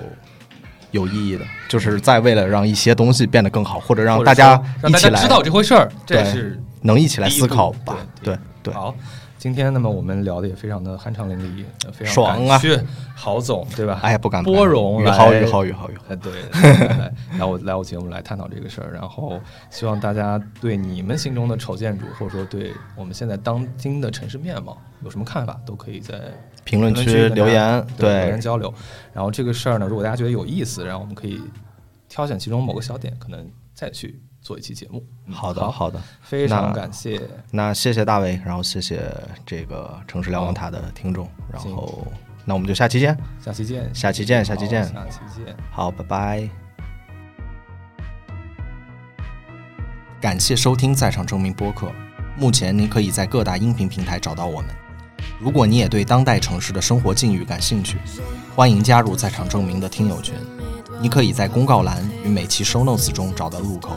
S3: 有意义的，就是在为了让一些东西变得更好，或者让
S2: 或者
S3: 大家
S2: 说
S3: 一
S2: 让大
S3: 起
S2: 家
S3: 来
S2: 知道这回事儿，这
S3: 对
S2: 是
S3: 能一起来思考
S2: 第一步
S3: 吧。
S2: 对
S3: 对对，
S2: 好。今天那么我们聊的也非常的酣畅淋漓，呃非常
S3: 爽
S2: 感
S3: 啊
S2: 谢郝总对吧？
S3: 哎呀，不敢不敢
S2: 包容
S3: 宇
S2: 来
S3: 豪宇豪宇豪宇豪，
S2: 呃，对，来来我来我节目来探讨这个事儿，然后希望大家对你们心中的丑建筑，或者说对我们现在当今的城市面貌有什么看法，都可以在
S3: 评论
S2: 评论
S3: 区
S2: 区跟大
S3: 留
S2: 家
S3: 言，
S2: 对留言
S3: 对
S2: 交流。然后这个事儿呢，如果大家觉得有意思，然后我们可以挑选其中某个小点，可能再去做一期节目。嗯
S3: 好的
S2: 好，
S3: 好的，
S2: 非常
S3: 那
S2: 感谢，
S3: 那谢谢大伟，然后谢谢这个城市瞭望塔的听众，然
S2: 行
S3: 后那我们就下期见，
S2: 下期见，
S3: 下期见下期
S2: 好
S3: 见
S2: 下期见。
S3: 好，拜拜。感谢收听在场证明播客。目前您可以在各大音频平台找到我们。如果你也对当代城市的生活境遇感兴趣，欢迎加入在场证明的听友群。你可以在公告栏与每期 show notes 中找到入口。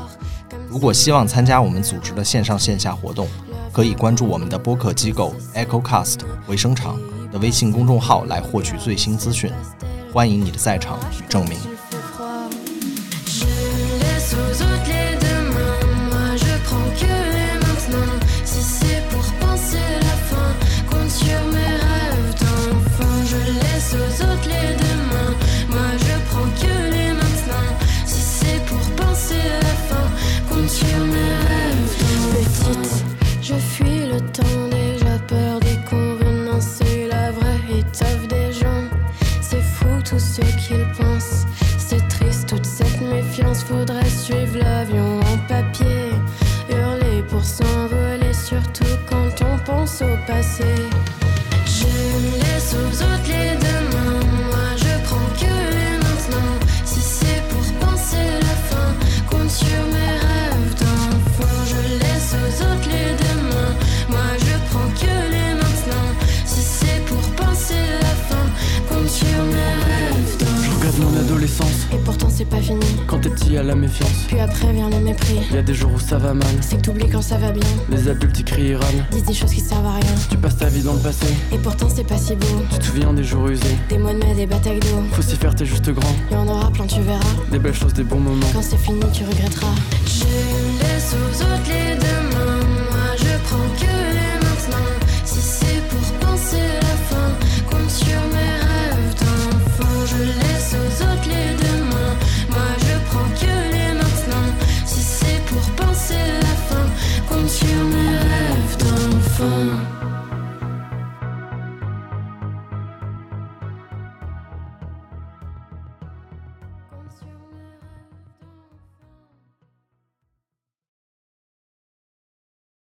S3: 如果希望参加我们组织的线上线下活动，可以关注我们的播客机构 EchoCast 回声场的微信公众号来获取最新资讯。欢迎你的在场与证明。
S1: sur mes lèvres Petite, je fuis le temps déjà peur des convenances C'est la vraie étoffe des gens C'est fou tout ce qu'ils pensent C'est triste toute cette méfiance Faudrait suivre l'avion en papier Hurler pour s'envoler Surtout quand on pense au passé J'aime les aux autres les demain Moi je prends que les maintenant Si c'est pour penser la fin Compte sur mes rêves d'enfant Je laisse aux autres les demain Moi je prends que les maintenant Si c'est pour penser la fin Compte sur mes rêves d'enfant
S5: Je regarde mon adolescence
S1: Et pourtant c'est pas fini
S5: Quand t'es petit à la méfiance
S1: Puis après vient le mépris
S5: Y'a des jours où ça va mal
S1: C'est que t'oublies quand ça va bien
S5: Les adultes ils crient et râlent
S1: Disent des choses qui servent à rien
S5: Tu passes ta vie dans le passé
S1: Et pourtant c'est pas si beau
S5: Tu te souviens des jours usés
S1: Des mois de mai, des batailles d'eau
S5: Faut s'y faire t'es juste grand
S1: Il y en aura plein tu verras
S5: Des belles choses des bons moments
S1: Quand c'est fini, tu regretteras. J'aime